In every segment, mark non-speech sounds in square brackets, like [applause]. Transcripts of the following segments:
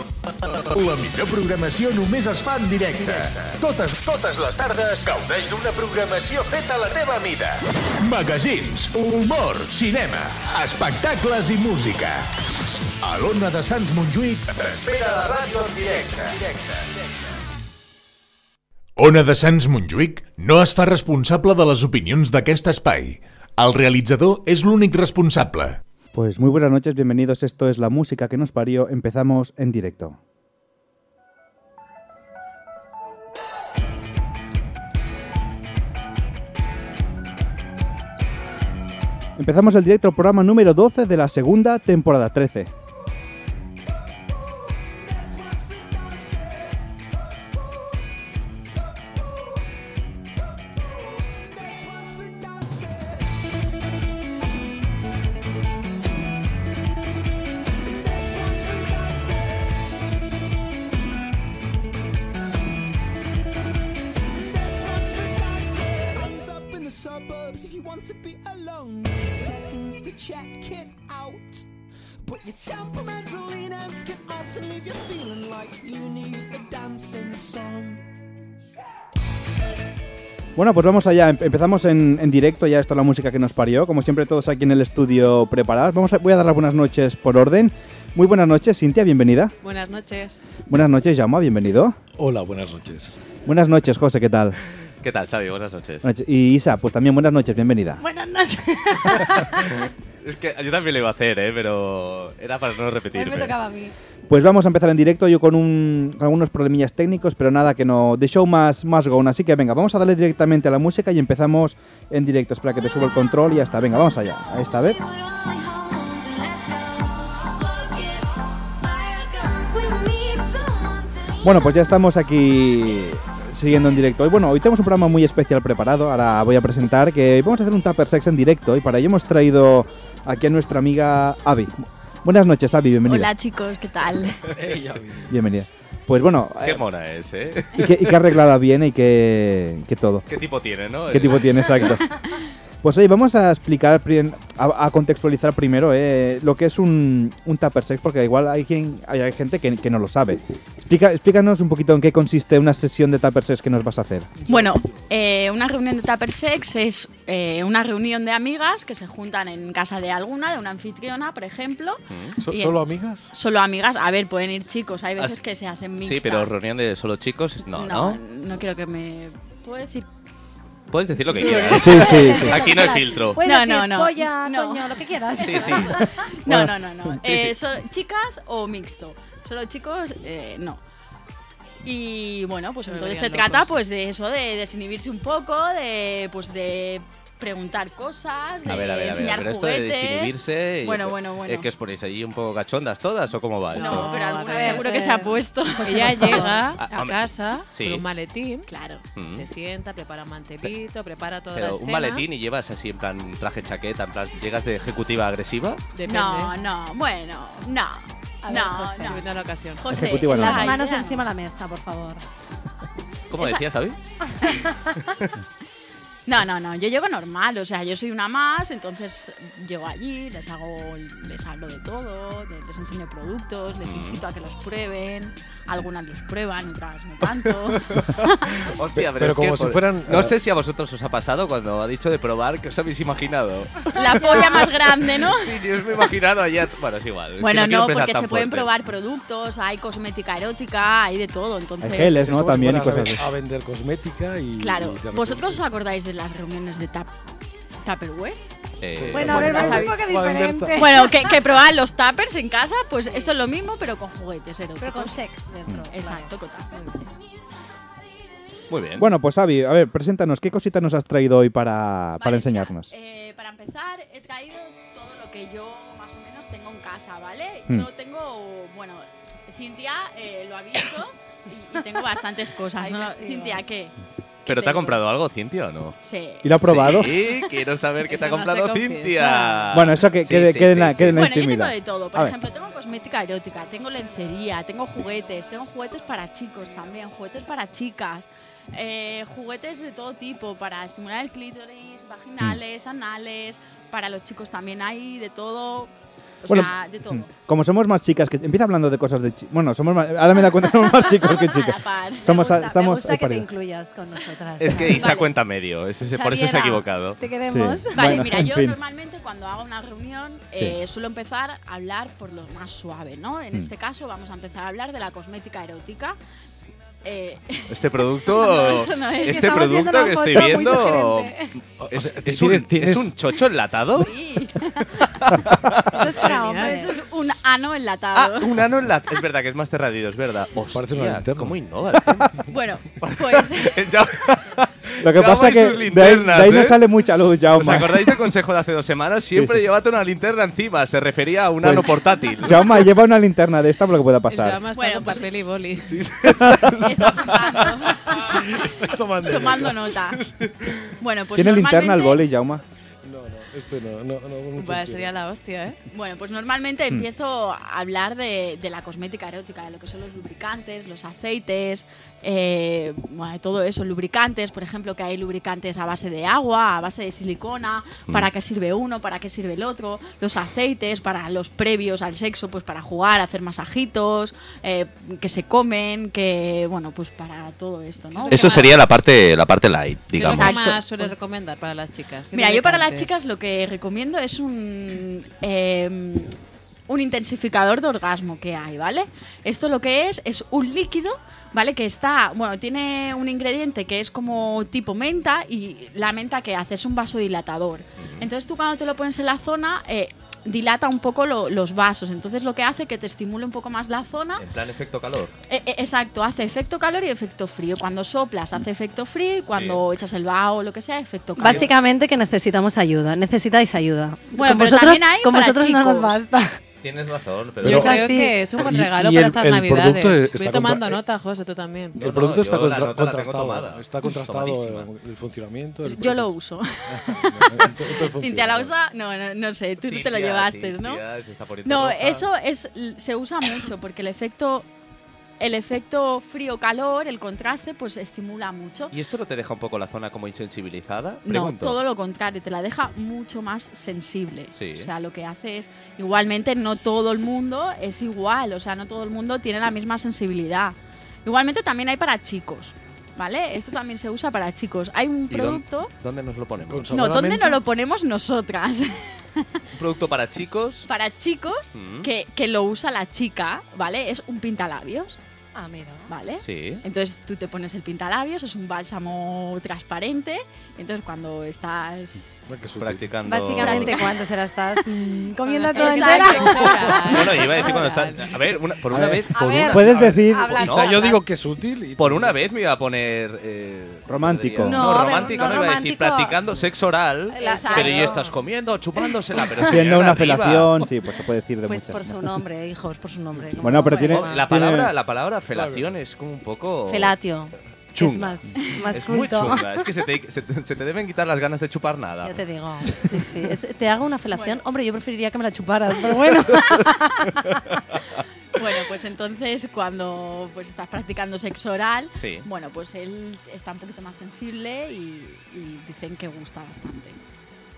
La millor programació només es fa en directe. Totes, totes les tardes gaudeix d'una programació feta a la teva mida. Magazins, humor, cinema, espectacles i música. A l'Ona de Sants Montjuïc t'espera la ràdio en directe. Ona de Sants Montjuïc no es fa responsable de les opinions d'aquest espai. El realitzador és l'únic responsable. Pues muy buenas noches, bienvenidos. Esto es la música que nos parió. Empezamos en directo. Empezamos el directo, programa número 12 de la segunda temporada 13. Bueno, pues vamos allá. Em- Empezamos en, en directo ya esto, la música que nos parió. Como siempre, todos aquí en el estudio preparados. Vamos a- voy a dar las buenas noches por orden. Muy buenas noches, Cintia, bienvenida. Buenas noches. Buenas noches, Jaume, bienvenido. Hola, buenas noches. Buenas noches, José, ¿qué tal? ¿Qué tal, Xavi? Buenas noches. Buenas noches. Y Isa, pues también buenas noches, bienvenida. Buenas noches. Es que yo también lo iba a hacer, ¿eh? pero era para no Hoy me repetirme. tocaba a mí. Pues vamos a empezar en directo yo con, un- con algunos problemillas técnicos, pero nada que no. The show más más gone, así que venga, vamos a darle directamente a la música y empezamos en directo. Espera que te suba el control y ya está. Venga, vamos allá. A esta vez. Bueno, pues ya estamos aquí siguiendo en directo. Hoy, bueno, hoy tenemos un programa muy especial preparado. Ahora voy a presentar que vamos a hacer un Tupper Sex en directo y para ello hemos traído aquí a nuestra amiga Avi. Buenas noches, Avi, bienvenida. Hola chicos, ¿qué tal? Bienvenida. Pues bueno, Qué eh, mona es, ¿eh? [laughs] y qué, y qué arreglada viene y qué, qué todo. ¿Qué tipo tiene, no? ¿Qué tipo tiene exacto? Pues oye, vamos a explicar, pri- a, a contextualizar primero eh, lo que es un, un tupper sex, porque igual hay, quien, hay, hay gente que, que no lo sabe. Explica- explícanos un poquito en qué consiste una sesión de tupper sex que nos vas a hacer. Bueno, eh, una reunión de Tupper Sex es eh, una reunión de amigas que se juntan en casa de alguna, de una anfitriona, por ejemplo. So- Mm. Y- ¿Solo amigas? Solo amigas, a ver, pueden ir chicos, hay veces Así- que se hacen mixta. Sí, pero reunión de solo chicos, no, no, ¿no? no quiero que me... ¿Puedo decir? Puedes decir lo que quieras. Sí, sí, sí. [laughs] Aquí no hay filtro. Puedes no, decir no, no. Ah, polla, no. coño, lo que quieras. Sí, sí. No, Bueno. no, no, no. Sí, Eh, sí. solo- ¿Chicas o mixto? Solo chicos, eh, no. Y bueno, pues Se entonces se volverían trata locos. pues de eso, de desinhibirse un poco, de pues de preguntar cosas, de A ver, a ver, a ver, enseñar pero esto de juguetes. desinhibirse... y- Bueno, bueno, bueno. Eh, ¿Qué os ponéis allí un poco cachondas todas o cómo va esto? No, pero No, alguna a ver, seguro eh, que se ha [laughs] puesto. Ella llega Ah, a hombre. casa Sí. con un maletín, Claro. Mm. se sienta, prepara un mantelito, prepara toda la Pero un escena. maletín y llevas así en plan traje chaqueta, en plan, llegas de ejecutiva agresiva. Depende. No, no, bueno, no. A ver, no, José. no. Depende de la ocasión. José, Ejecutiva esa no. es Las la manos idea. encima de la mesa, por favor. ¿Cómo decías, Xavi? No, no, no, yo llego normal, o sea, yo soy una más, entonces llego allí, les hago, les hablo de todo, de- les enseño productos, les Mm. invito a que los prueben, algunas los prueban, otras no tanto. [laughs] Hostia, pero, Pero es que como si por- fueran, No eh, sé si a vosotros os ha pasado cuando ha dicho de probar que os habéis imaginado. La polla más grande, ¿no? [laughs] Sí, sí, os me he imaginado allá. Bueno, es igual. es que Bueno, quiero no, empezar porque tan se pueden fuerte. probar productos, hay cosmética erótica, hay de todo, Hay entonces... geles, Es ¿no? como si También y fueras a cosas ven- así. A vender cosmética y. Claro, y de repente- ¿vosotros os acordáis de las reuniones de tap Tupperware? Eh, Bueno, a ver, Bueno, vamos vale. un poco Juan Berta. diferente. Bueno, que, que probaban los tuppers en casa, pues esto es lo mismo, pero con juguetes eróticos. Pero con sex dentro. Exacto, con tuppers. Muy bien. Bueno, pues Avi, a ver, preséntanos, ¿qué cosita nos has traído hoy para, para Vale, enseñarnos? mira, eh, para empezar, he traído todo lo que yo más o menos tengo en casa, ¿vale? Mm. Yo tengo, bueno, Cintia eh, lo ha visto y, y tengo bastantes cosas, Hay ¿no? testigos. Cintia, ¿qué? ¿Pero te ha tengo- comprado algo, Cintia, o no? Sí. ¿Y lo eh, ha probado? Sí, quiero saber qué te ha Eso no se comprado confiesa. Cintia. Bueno, eso que Sí, quede, sí, quede en sí, la, sí. quede en la Bueno, yo tengo intimidad. de todo. A Por ver. ejemplo, tengo cosmética erótica, tengo lencería, tengo juguetes, tengo juguetes para chicos también, juguetes para chicas, eh, juguetes de todo tipo, para estimular Hmm. el clítoris, vaginales, anales, para los chicos también hay de todo. O Bueno, sea, de todo. [laughs] Como somos más chicas que... Empieza hablando de cosas de... chi- Bueno, somos más... Ahora me da cuenta que somos [laughs] más chicos que Somos a la chicas. par. Me Somos... a- gusta, estamos me gusta ahí que te parido. incluyas con nosotras. Es que Vale. Isa cuenta medio, es ese- por eso se ha Xaviera, equivocado. Te queremos. Sí. Vale, Bueno, mira, en yo fin. normalmente cuando hago una reunión eh, suelo empezar a hablar por lo más suave, ¿no? En Mm. este caso vamos a empezar a hablar de la cosmética erótica. Eh, Este producto, eso no es. este Estamos producto viendo una que estoy foto viendo, muy es, O sea, es un, tienes- tienes- es un chocho enlatado. sí, [laughs] Eso es para hombres. eso es un ano enlatado. Ah, un ano enlatado. Es verdad que es más cerradito, es verdad. parece una Hostia, linterna. cómo innova. el tema. Bueno, [laughs] pues [laughs] Ya- Lo que Jaume pasa y que de ahí, sus de linternas, ahí no ¿eh? sale mucha luz, Jaume. [laughs] ¿Os acordáis del consejo de hace dos semanas? Siempre llévate una linterna encima. Se refería a un Pues ano portátil. Jaume, lleva una linterna de esta por lo que pueda pasar. Llama Bueno, bueno, pues- papel y boli. [laughs] [laughs] está apuntando, Estoy tomando. tomando nota. Bueno, pues Tiene linterna el normalmente- boli, Jaume. [laughs] No, no, este no. no, no, no Buah, funciona. sería la hostia, ¿eh? Bueno, pues normalmente empiezo a hablar de, de la cosmética erótica, de lo que son los lubricantes, los aceites, eh, bueno, todo eso, lubricantes, por ejemplo, que hay lubricantes a base de agua, a base de silicona, para qué sirve uno, para qué sirve el otro, los aceites para los previos al sexo, pues para jugar, hacer masajitos, eh, que se comen, que, bueno, pues para todo esto, ¿no? Eso [laughs] Eso sería sería la parte, la parte light, ¿Qué digamos. es lo que Exacto. más suele recomendar para las chicas? ¿Qué Mira, yo para las lubricantes? chicas lo que recomiendo es un, eh, un intensificador de orgasmo que hay, ¿vale? Esto lo que es es un líquido, ¿vale? Que está, bueno, tiene un ingrediente que es como tipo menta y la menta que hace es un vasodilatador. Entonces tú cuando te lo pones en la zona... eh, dilata un poco lo- los vasos, entonces lo que hace que te estimule un poco más la zona En plan efecto calor. eh, eh, exacto, hace efecto calor y efecto frío. Cuando soplas hace efecto frío y cuando echas el vaho o lo que sea, efecto calor. Básicamente que necesitamos ayuda. Necesitáis ayuda. Bueno, con pero vosotros, también hay con para vosotros no nos chicos. basta. Tienes razón, Pero- [laughs] yo creo así. que es un buen Y- regalo y para el- estas el navidades. producto está Estoy contra- tomando eh, nota, José, tú también. El producto está yo la contra- nota la tengo tomada. contrastado. Está contrastado Tomadísima. el, el funcionamiento. el- Yo lo uso. [laughs] Entonces [laughs] funciona. Cintia la usa, no, no, no sé, tú te lo llevaste, ¿no? No, eso es l- se usa mucho porque el efecto el efecto frío-calor, el contraste, pues estimula mucho. ¿Y esto no te deja un poco la zona como insensibilizada? No, Pregunto. todo lo contrario, te la deja mucho más sensible. Sí. O sea, lo que hace es, igualmente no todo el mundo es igual, o sea, no todo el mundo tiene la misma sensibilidad. Igualmente también hay para chicos, ¿vale? Esto también se usa para chicos. Hay un ¿Y dónde- producto... ¿Dónde nos lo Con ponemos? sabor No, a ¿dónde menta. no lo ponemos nosotras? Un producto para chicos. para chicos Mm, que, que lo usa la chica, ¿vale? Es un pintalabios, Ah, mira. ¿vale? Sí. Entonces tú te pones el pintalabios, es un bálsamo transparente. Entonces cuando estás. Bueno, que es útil. Practicando. [laughs] [laughs] Básicamente cuando se la estás mm, Cuando comiendo toda estás entera. sexo oral. Bueno, iba a decir cuando está. A ver, una- por A una ver. vez. A por ver, una- Puedes a ver, decir- Habla, no, Isa, yo habla. digo que es útil. Y Por una vez me iba a poner. eh, Romántico. ¿cómo diría? No, No, pero romántico, no no, iba a decir. romántico. Practicando sexo oral. La- Pero y claro. estás comiendo, chupándosela. Pero Siendo señora, una arriba. felación, sí, pues se puede decir de [laughs] Pues muchas por su maneras. nombre, hijos, por su nombre. como Bueno, no pero se tiene- llama. La palabra, Tiene- la palabra felación es como un poco. Felatio. que Es Chunga. más, más Es muy culto. chunga. Es que se te, se te- se te deben quitar las ganas de chupar nada. Ya te [laughs] digo. Sí, sí. Es- te hago una felación. Hombre, yo preferiría que me la chuparas, [laughs] pero bueno. Bueno, pues entonces cuando pues estás practicando sexo oral, Sí. bueno, pues él está un poquito más sensible y, y dicen que gusta bastante.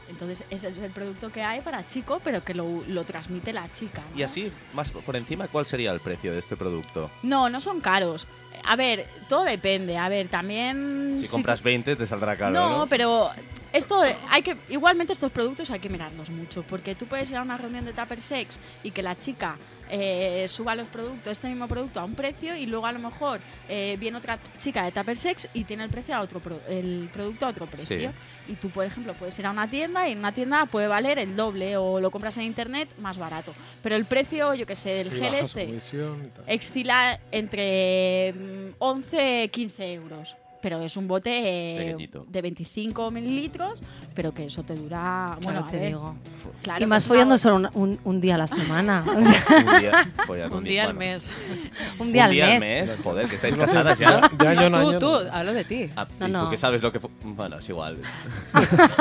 Entonces ese es el producto que hay para chico, pero que lo, lo transmite la chica. ¿no? Y así, más por encima, ¿cuál sería el precio de este producto? No, no son caros. A ver, todo depende. A ver, también. Si tú- compras 20 te saldrá caro, no, ¿no? pero esto hay que igualmente estos productos hay que mirarlos mucho porque tú puedes ir a una reunión de Tupper Sex y que la chica eh, suba los productos este mismo producto a un precio y luego a lo mejor eh, viene otra chica de Tupper Sex y tiene el precio a otro pro- el producto a otro precio y tú por ejemplo puedes ir a una tienda y en una tienda puede valer el doble o lo compras en internet más barato pero el precio yo que sé del Y gel baja su este emisión y tal. Excila entre mm, 11 y 15 euros. Pero es un bote eh, Pequeñito. de 25 mililitros, pero que eso te dura. Bueno, Bueno, a te ver, digo. eh, claro, Y más pues, follando claro. solo un, un- un día a la semana. [laughs] O sea, Un día, [laughs] follar Un día al bueno, mes. un Un día, al mes. Joder, que estáis casadas [laughs] [laughs] ya. De año en tú, año. tú, no. hablo de ti. Ah, No, ¿y no. tú que sabes lo que fu- Bueno, es igual.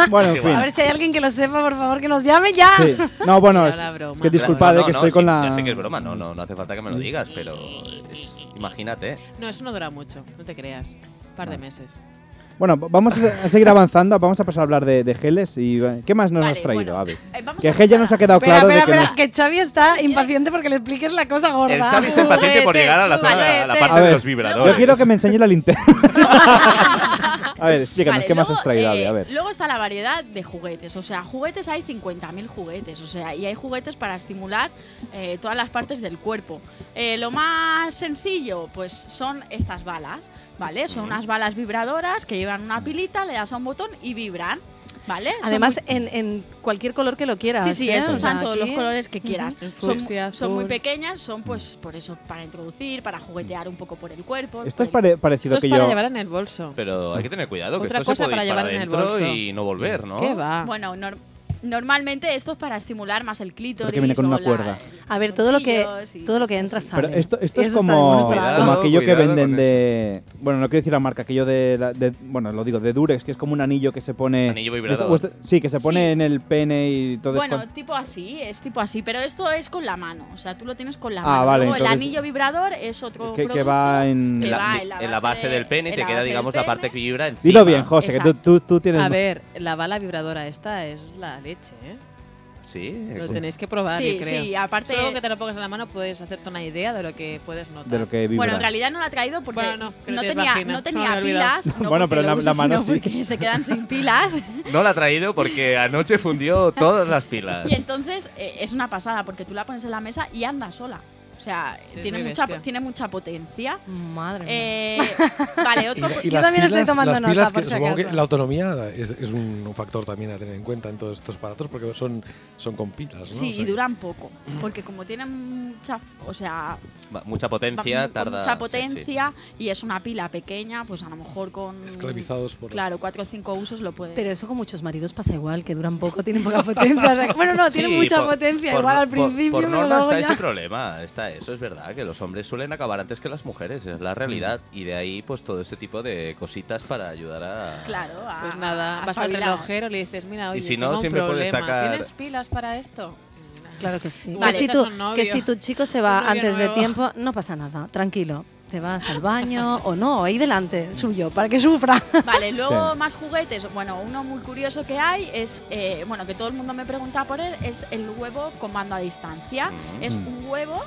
Bueno, en Sí, fin. A ver si hay alguien que lo sepa, por favor, que nos llame ya. Sí. [laughs] No, bueno, Era es- la es broma. que disculpad, eh, No, no, que no, estoy sí, con la... Ya sé que es broma, no, no, no hace falta que me lo digas, pero es- imagínate. No, eso no dura mucho, no te creas. Un par de meses. Bueno, v- vamos [laughs] a a seguir avanzando, vamos a pasar a hablar de, de geles y eh, ¿qué más nos Vale, has traído, bueno, Ave? eh, vamos que a gel ya pasar nos a- ha quedado Espera, claro espera, de que espera, que Xavi está impaciente porque le expliques la cosa gorda. El Xavi está impaciente [laughs] por llegar a la, zona, a la juguetes. parte A de ver, los no- vibradores. Yo quiero que me enseñe la [laughs] linterna. a ver, explícanos, Vale, ¿qué más luego, has traído, Ave? eh, A ver. Luego está la variedad de juguetes. O sea, juguetes hay 50.000 juguetes. O sea, y hay juguetes para estimular eh, todas las partes del cuerpo. Eh, lo más sencillo, pues son estas balas, ¿vale? Son unas balas vibradoras que llevan una pilita, le das a un botón y vibran, ¿vale? Son Además, en, en cualquier color que lo quieras. Sí, sí, ¿eh? estos O sea, están todos los aquí- colores que quieras. En Son, fucsia, son muy azul. pequeñas, son pues por eso, para introducir, para juguetear un poco por el cuerpo. Esto es por el- pare- parecido Esto es que para yo. llevar en el bolso. Pero hay que tener cuidado, que Otra esto cosa se puede para ir llevar en el adentro bolso. y no volver, ¿no? ¿Qué Ah. va? Bueno, nor- normalmente esto es para estimular más el clítoris. Porque viene con o una la- cuerda. A ver, todo lo que, Cosquillos y todo lo que cosas entra así. sale. Pero esto, esto es Eso está como, demostrado. como aquello que Cuidado con venden eso. de. Bueno, no quiero decir la marca, aquello de, la- de- Bueno, lo digo, de Durex, que es como un anillo que se pone. Anillo vibrador. Esto- o esto- sí, que se pone Sí. en el pene y todo Bueno, esto. tipo así, es tipo así, pero esto es con la mano, o sea, tú lo tienes con la Ah, mano. vale, Luego entonces- el anillo vibrador es otro Que, que producto va en. que En la, va en la en la base base de- del pene en te la queda, base del digamos, la pene. parte que vibra encima. Dilo bien, José, que tú, Exacto. tú, tú tienes. A ver, la bala vibradora esta es la leche, ¿eh? Sí. Lo eso. tenéis que probar, sí, yo Ah, creo. sí, aparte Solo que te lo pongas en la mano puedes hacerte una idea de lo que puedes notar. de lo que vibra. Bueno, en realidad no la ha traído porque Bueno, no, que no tienes tenía, vagina. no tenía Me había olvidado. pilas. no Bueno, porque pero lo la- uses, la mano sino sí. Porque se quedan sin pilas. [laughs] No la ha traído porque anoche fundió todas [laughs] las pilas. Y entonces eh, es una pasada porque tú la pones en la mesa y anda sola. O sea, Sí, es tiene, muy mucha, bestia. tiene mucha potencia. Madre mía. Eh, [laughs] vale, otro. la- ju- Yo también estoy tomando las nota, pilas por que si supongo que acaso. la autonomía es, es un, un factor también a tener en cuenta en todos estos aparatos porque son, son con pilas, ¿no? Sí, O sea y que- duran poco. Porque como tienen mucha. f- O sea, Va- Mucha potencia, va- con tarda. mucha sí, sí. potencia y es una pila pequeña, pues a lo mejor con. Esclavizados por... Claro, cuatro o cinco usos lo puede. Pero eso con muchos maridos pasa igual, que duran poco, tienen poca potencia. [laughs] o sea, que- bueno, no, tienen Sí, mucha por- potencia, por igual no- al por- principio, Por, pero norma luego está ya. ese problema, está eso, es verdad, que los hombres suelen acabar antes que las mujeres, es Mm. la realidad. Y de ahí, pues todo este tipo de cositas para ayudar a. Claro, a- Pues nada, a vas al espabilar. relojero y le dices, mira, oye, si no, tengo un siempre puedes problema. sacar- ¿Tienes pilas para esto? Claro que sí. Vale, que, si estos tu, son novios. que si tu chico se Un va novio antes de nuevo. tiempo, no pasa nada, tranquilo. Te vas al baño o no, ahí delante, suyo, para [laughs] que sufra. Vale, luego Sí. más juguetes. Bueno, uno muy curioso que hay es, eh, bueno, que todo el mundo me pregunta por él, es el huevo con mando a distancia. Mm. Es un huevo.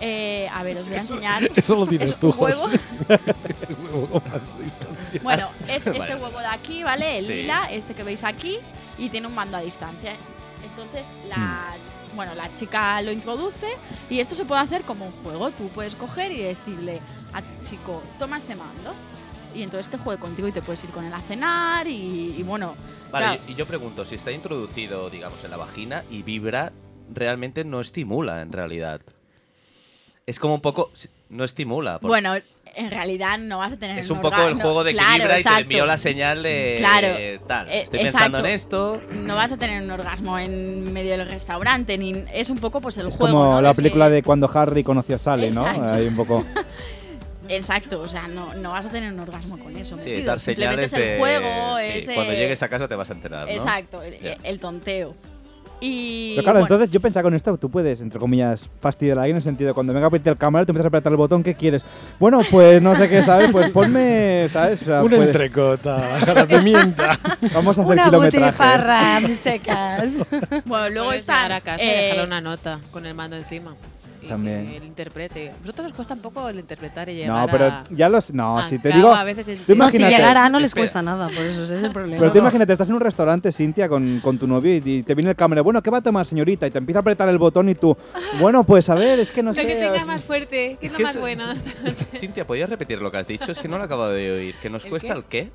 eh, a ver, os voy a enseñar. [laughs] Eso lo [laughs] [laughs] tienes Es tú, un José. [laughs] huevo. [laughs] Bueno, es este Vale. huevo de aquí, ¿vale? El Sí. lila, este que veis aquí, y tiene un mando a distancia. Entonces, la, Hmm. bueno, la chica lo introduce y esto se puede hacer como un juego. Tú puedes coger y decirle a tu chico, toma este mando. Y entonces que juegue contigo y te puedes ir con él a cenar y, y bueno. Vale, claro. y y yo pregunto, si está introducido, digamos, en la vagina y vibra, realmente no estimula en realidad. Es como un poco. si- No estimula. porque Bueno, en realidad no vas a tener es un un poco el orgasmo. juego de que Claro, vibra y exacto. te envió la señal de. Claro, Tal. eh, Estoy pensando exacto. en esto. No vas a tener un orgasmo en medio del restaurante, ni es un poco pues el es juego. como ¿no? la que se- película de cuando Harry conoció a Sally, Exacto. ¿no? Hay un poco. Exacto, o sea, no, no vas a tener un orgasmo con eso. Sí, metido. dar Simplemente señales es el de- juego, sí, es. Cuando eh, llegues a casa te vas a enterar, ¿no? Exacto, el, Ya. el tonteo. Y. Pero claro, bueno, entonces yo pensaba con esto, tú puedes, entre comillas, fastidiar a alguien en el sentido, cuando venga a pedirte el cámara, tú empiezas a apretar el botón, ¿qué quieres? Bueno, pues no sé qué, ¿sabes? Pues ponme, ¿sabes? O sea, [laughs] Un puedes- entrecota, [laughs] a la pimienta. Vamos a hacer Una kilometraje. butifarra, [laughs] mis secas. Bueno, luego eh, Puedes está. llegar a casa y dejarle una nota con el mando encima. Y También. que él interprete. vosotros os cuesta un poco el interpretar y llegar No, pero a... ya los... No, Ah, si te claro, digo... a veces es- tú No, si imagínate- llegara no les Espera. cuesta nada, por eso ese [laughs] es el problema. Pero tú imagínate, estás en un restaurante, Cintia, con, con tu novio y, y te viene el cámara, bueno, ¿qué va a tomar, señorita? Y te empieza a apretar el botón y tú, bueno, pues a ver, es que [laughs] no sé... a ver". fuerte, que Es que es- [laughs] Cintia, ¿podías repetir lo que has dicho? Es que no lo acabo de oír. ¿Que nos ¿El cuesta qué? el qué?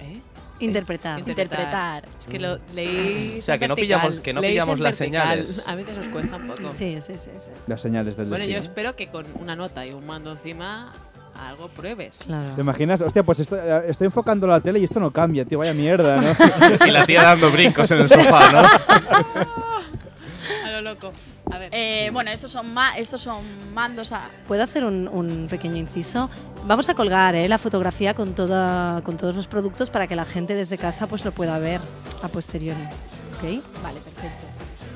¿Eh? Interpretar. Inter- Interpretar. Es que lo leí. O sea, que no pillamos- que no pillamos las señales. A veces os cuesta un poco. Sí, sí, sí, sí. Las señales del Bueno, yo destino. espero que con una nota y un mando encima algo pruebes. ¿Te Claro. imaginas? Hostia, pues esto- eh, estoy enfocando la tele y esto no cambia, tío, vaya mierda, ¿no? Y la tía dando brincos en el sofá, [laughs] ¿no? A lo loco. A ver. Eh, bueno, estos son, ma- estos son mandos a. ¿Puedo hacer un, un pequeño inciso? Vamos a colgar ¿eh? la fotografía con, toda, con todos los productos para que la gente desde casa pues lo pueda ver a posteriori. ¿Ok? Vale, perfecto.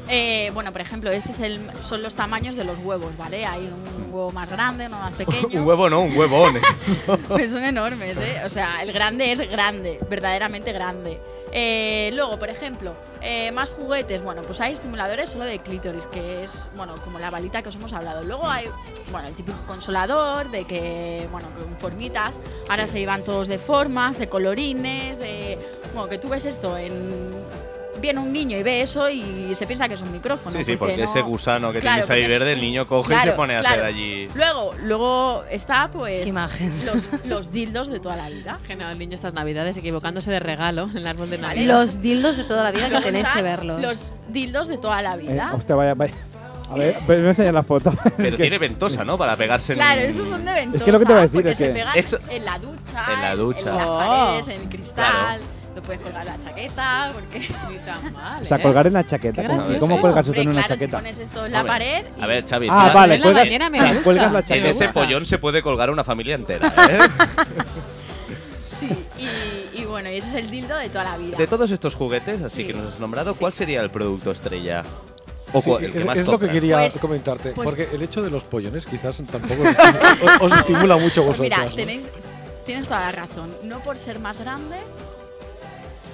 Eh, bueno, por ejemplo, este es el, son los tamaños de los huevos, ¿vale? Hay un huevo más grande, uno más pequeño. Un huevo no, un huevón. [laughs] Pues son enormes, ¿eh? O sea, el grande es grande, verdaderamente grande. Eh, luego, por ejemplo, eh, más juguetes. Bueno, pues hay estimuladores solo de clítoris, que es, bueno, como la balita que os hemos hablado. Luego hay, bueno, el típico consolador de que, bueno, con formitas. Ahora se llevan todos de formas, de colorines, de. Bueno, que tú ves esto en. Viene un niño y ve eso y se piensa que es un micrófono. sí, sí, porque no- ese gusano que Claro, tienes ahí porque es- verde, el niño coge y se Claro, pone a claro. hacer allí. Luego, luego está, pues. Qué imagen. Los, los dildos de toda la vida. Que no, el niño estas navidades equivocándose de regalo en el árbol de Vale. Navidad. Los dildos de toda la vida que Luego tenéis están que verlos. Los dildos de toda la Eh, vida. hostia, vaya, vaya. A ver, ve- me enseña la foto. Pero Es que- tiene ventosa, ¿no? Para pegarse en- Claro, estos son de ventosa. Es que lo que te iba a decir porque es se que- pegan Eso- en la ducha, En la ducha. en las Oh. paredes, en el cristal. Lo puedes colgar en la chaqueta, porque. Ni tan [laughs] mal, O sea, ¿eh? colgar en la chaqueta. Qué ¿Cómo, gracioso. [laughs] ¿cómo cuelgas esto Hombre, en una claro, tú chaqueta? pones esto en la Hombre, pared. y- A ver, Xavi. Ah, tú- vale, en la cuelgas, bañera me claro, gusta. cuelgas la En En chaqueta. ese gusta. pollón se puede colgar una familia entera, ¿eh? Sí, y, y bueno, y ese es el dildo de toda la vida. De todos estos juguetes, así Sí. que nos has nombrado, Sí. ¿cuál sería el producto estrella? O Sí, cuál- el que es más es lo que compran? quería Pues- comentarte, pues- porque el hecho de los pollones quizás tampoco os estimula, os- os estimula mucho Pues vosotros. mira, tenéis, tienes toda la razón. No por ser más grande,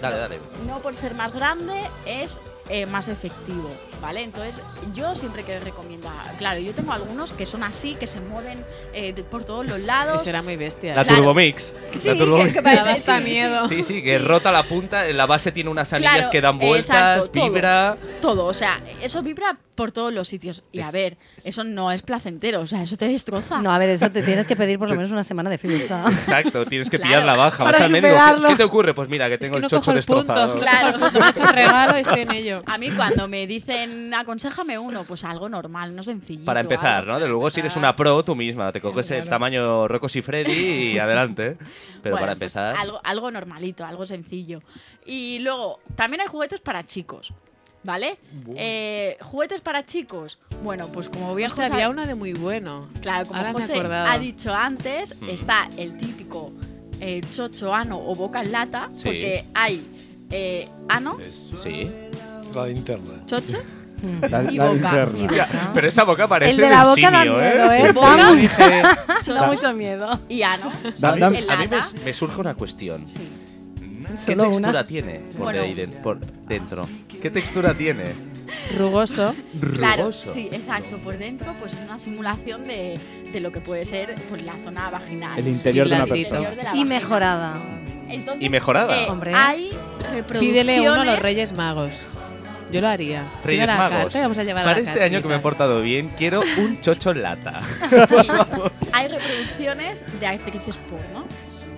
Dale, dale. no por ser más grande es eh, más efectivo, ¿vale? Entonces, yo siempre que recomiendo, claro, yo tengo algunos que son así, que se mueven eh, de- por todos los lados. Ese era muy bestia. La ¿eh? Claro. Turbomix. Sí, la que, Turbomix. [laughs] que parece- Daba sí, hasta sí, miedo. Sí, sí, que rota la punta, en la base tiene unas anillas Claro, que dan vueltas, exacto, todo. vibra. Todo, o sea, eso vibra por todos los sitios. Y a Es- ver, eso no es placentero, o sea, eso te destroza. No, a ver, eso te tienes que pedir por lo menos una semana de fiesta. Exacto, tienes que Claro. pillar la baja. Para vas al médico. superarlo. ¿Qué te ocurre? Pues mira, que Es tengo que no el chocho cojo el punto. destrozado. Claro. Claro. No me he hecho regalo y estoy en ello. A mí cuando me dicen, aconséjame uno, pues algo normal, no sencillito. Para empezar, algo. ¿no? De luego, si eres una pro tú misma, te coges el tamaño Rocco y Freddy y adelante. Pero para Bueno, pues empezar, algo, algo normalito, algo sencillo. Y luego, también hay juguetes para chicos, ¿vale? Eh, juguetes para chicos. Bueno, pues como bien Ostras, José, había uno de muy bueno. claro, como Ahora me he José acordado. ha dicho antes, Mm. está el típico eh, chocho ano o boca en lata, Sí. porque hay eh, ano, sí. La linterna. chocho La, y la boca. linterna. Ya, pero esa boca parece El de la un boca da simio, miedo, ¿eh? ¿eh? Sí, Da- sí, dice- Chocho mucho miedo. y ano, Da- da- en A mí lata. me, me surge una cuestión. Sí. ¿Qué Solo textura una. tiene por, Bueno. de- de- por dentro? ¿Qué textura tiene? Rugoso. Claro, Rugoso. sí, exacto. Por dentro, pues es una simulación de, de lo que puede ser pues, la zona vaginal. El interior de una El interior persona. de la Y vagina. mejorada. Entonces, Y mejorada. eh, Hombre. hay reproducciones. Pídele uno a los [laughs] Reyes Magos. Yo lo haría. Si Reyes va la Magos. carta, vamos a llevar a Para la este carta año y que me he tal. portado bien, quiero un chocho en lata. Sí, hay reproducciones de actrices porno.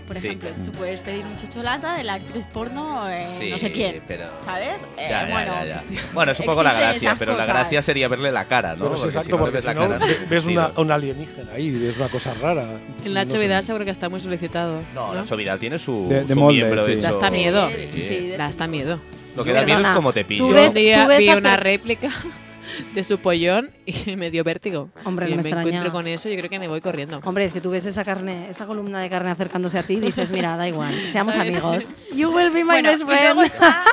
Por Sí. ejemplo, tú puedes pedir un chocholata de la actriz porno, eh, Sí, no sé quién. pero- ¿Sabes? Eh, Ya, ya, bueno, ya, ya. pues, Bueno, es un poco la existen gracia, esas pero la cosas. gracia sería verle la cara, ¿no? Pero es Porque si no exacto, le porque ves si la no, cara, ve- ves sí, una, no. un alienígena ahí, ves una cosa rara. En la No sé. Vidal seguro que está muy solicitado. No, ¿no? Nacho Vidal tiene su, De- de su molde, miembro sí. hecho. Da hasta miedo. Sí, sí, de Da ese hasta tipo. miedo. Lo que da miedo es Perdona, como te tú pillo. Yo ves- un día tú ves vi hacer- una réplica [laughs] de su pollón y [laughs] me dio vértigo. Hombre, y no me extraña. encuentro con eso, yo creo que me voy corriendo. Hombre, es que tú ves esa carne, esa columna de carne acercándose a ti y dices, mira, da igual, [laughs] seamos ¿Sabes? amigos. You will be my Bueno, best y luego, friend. está,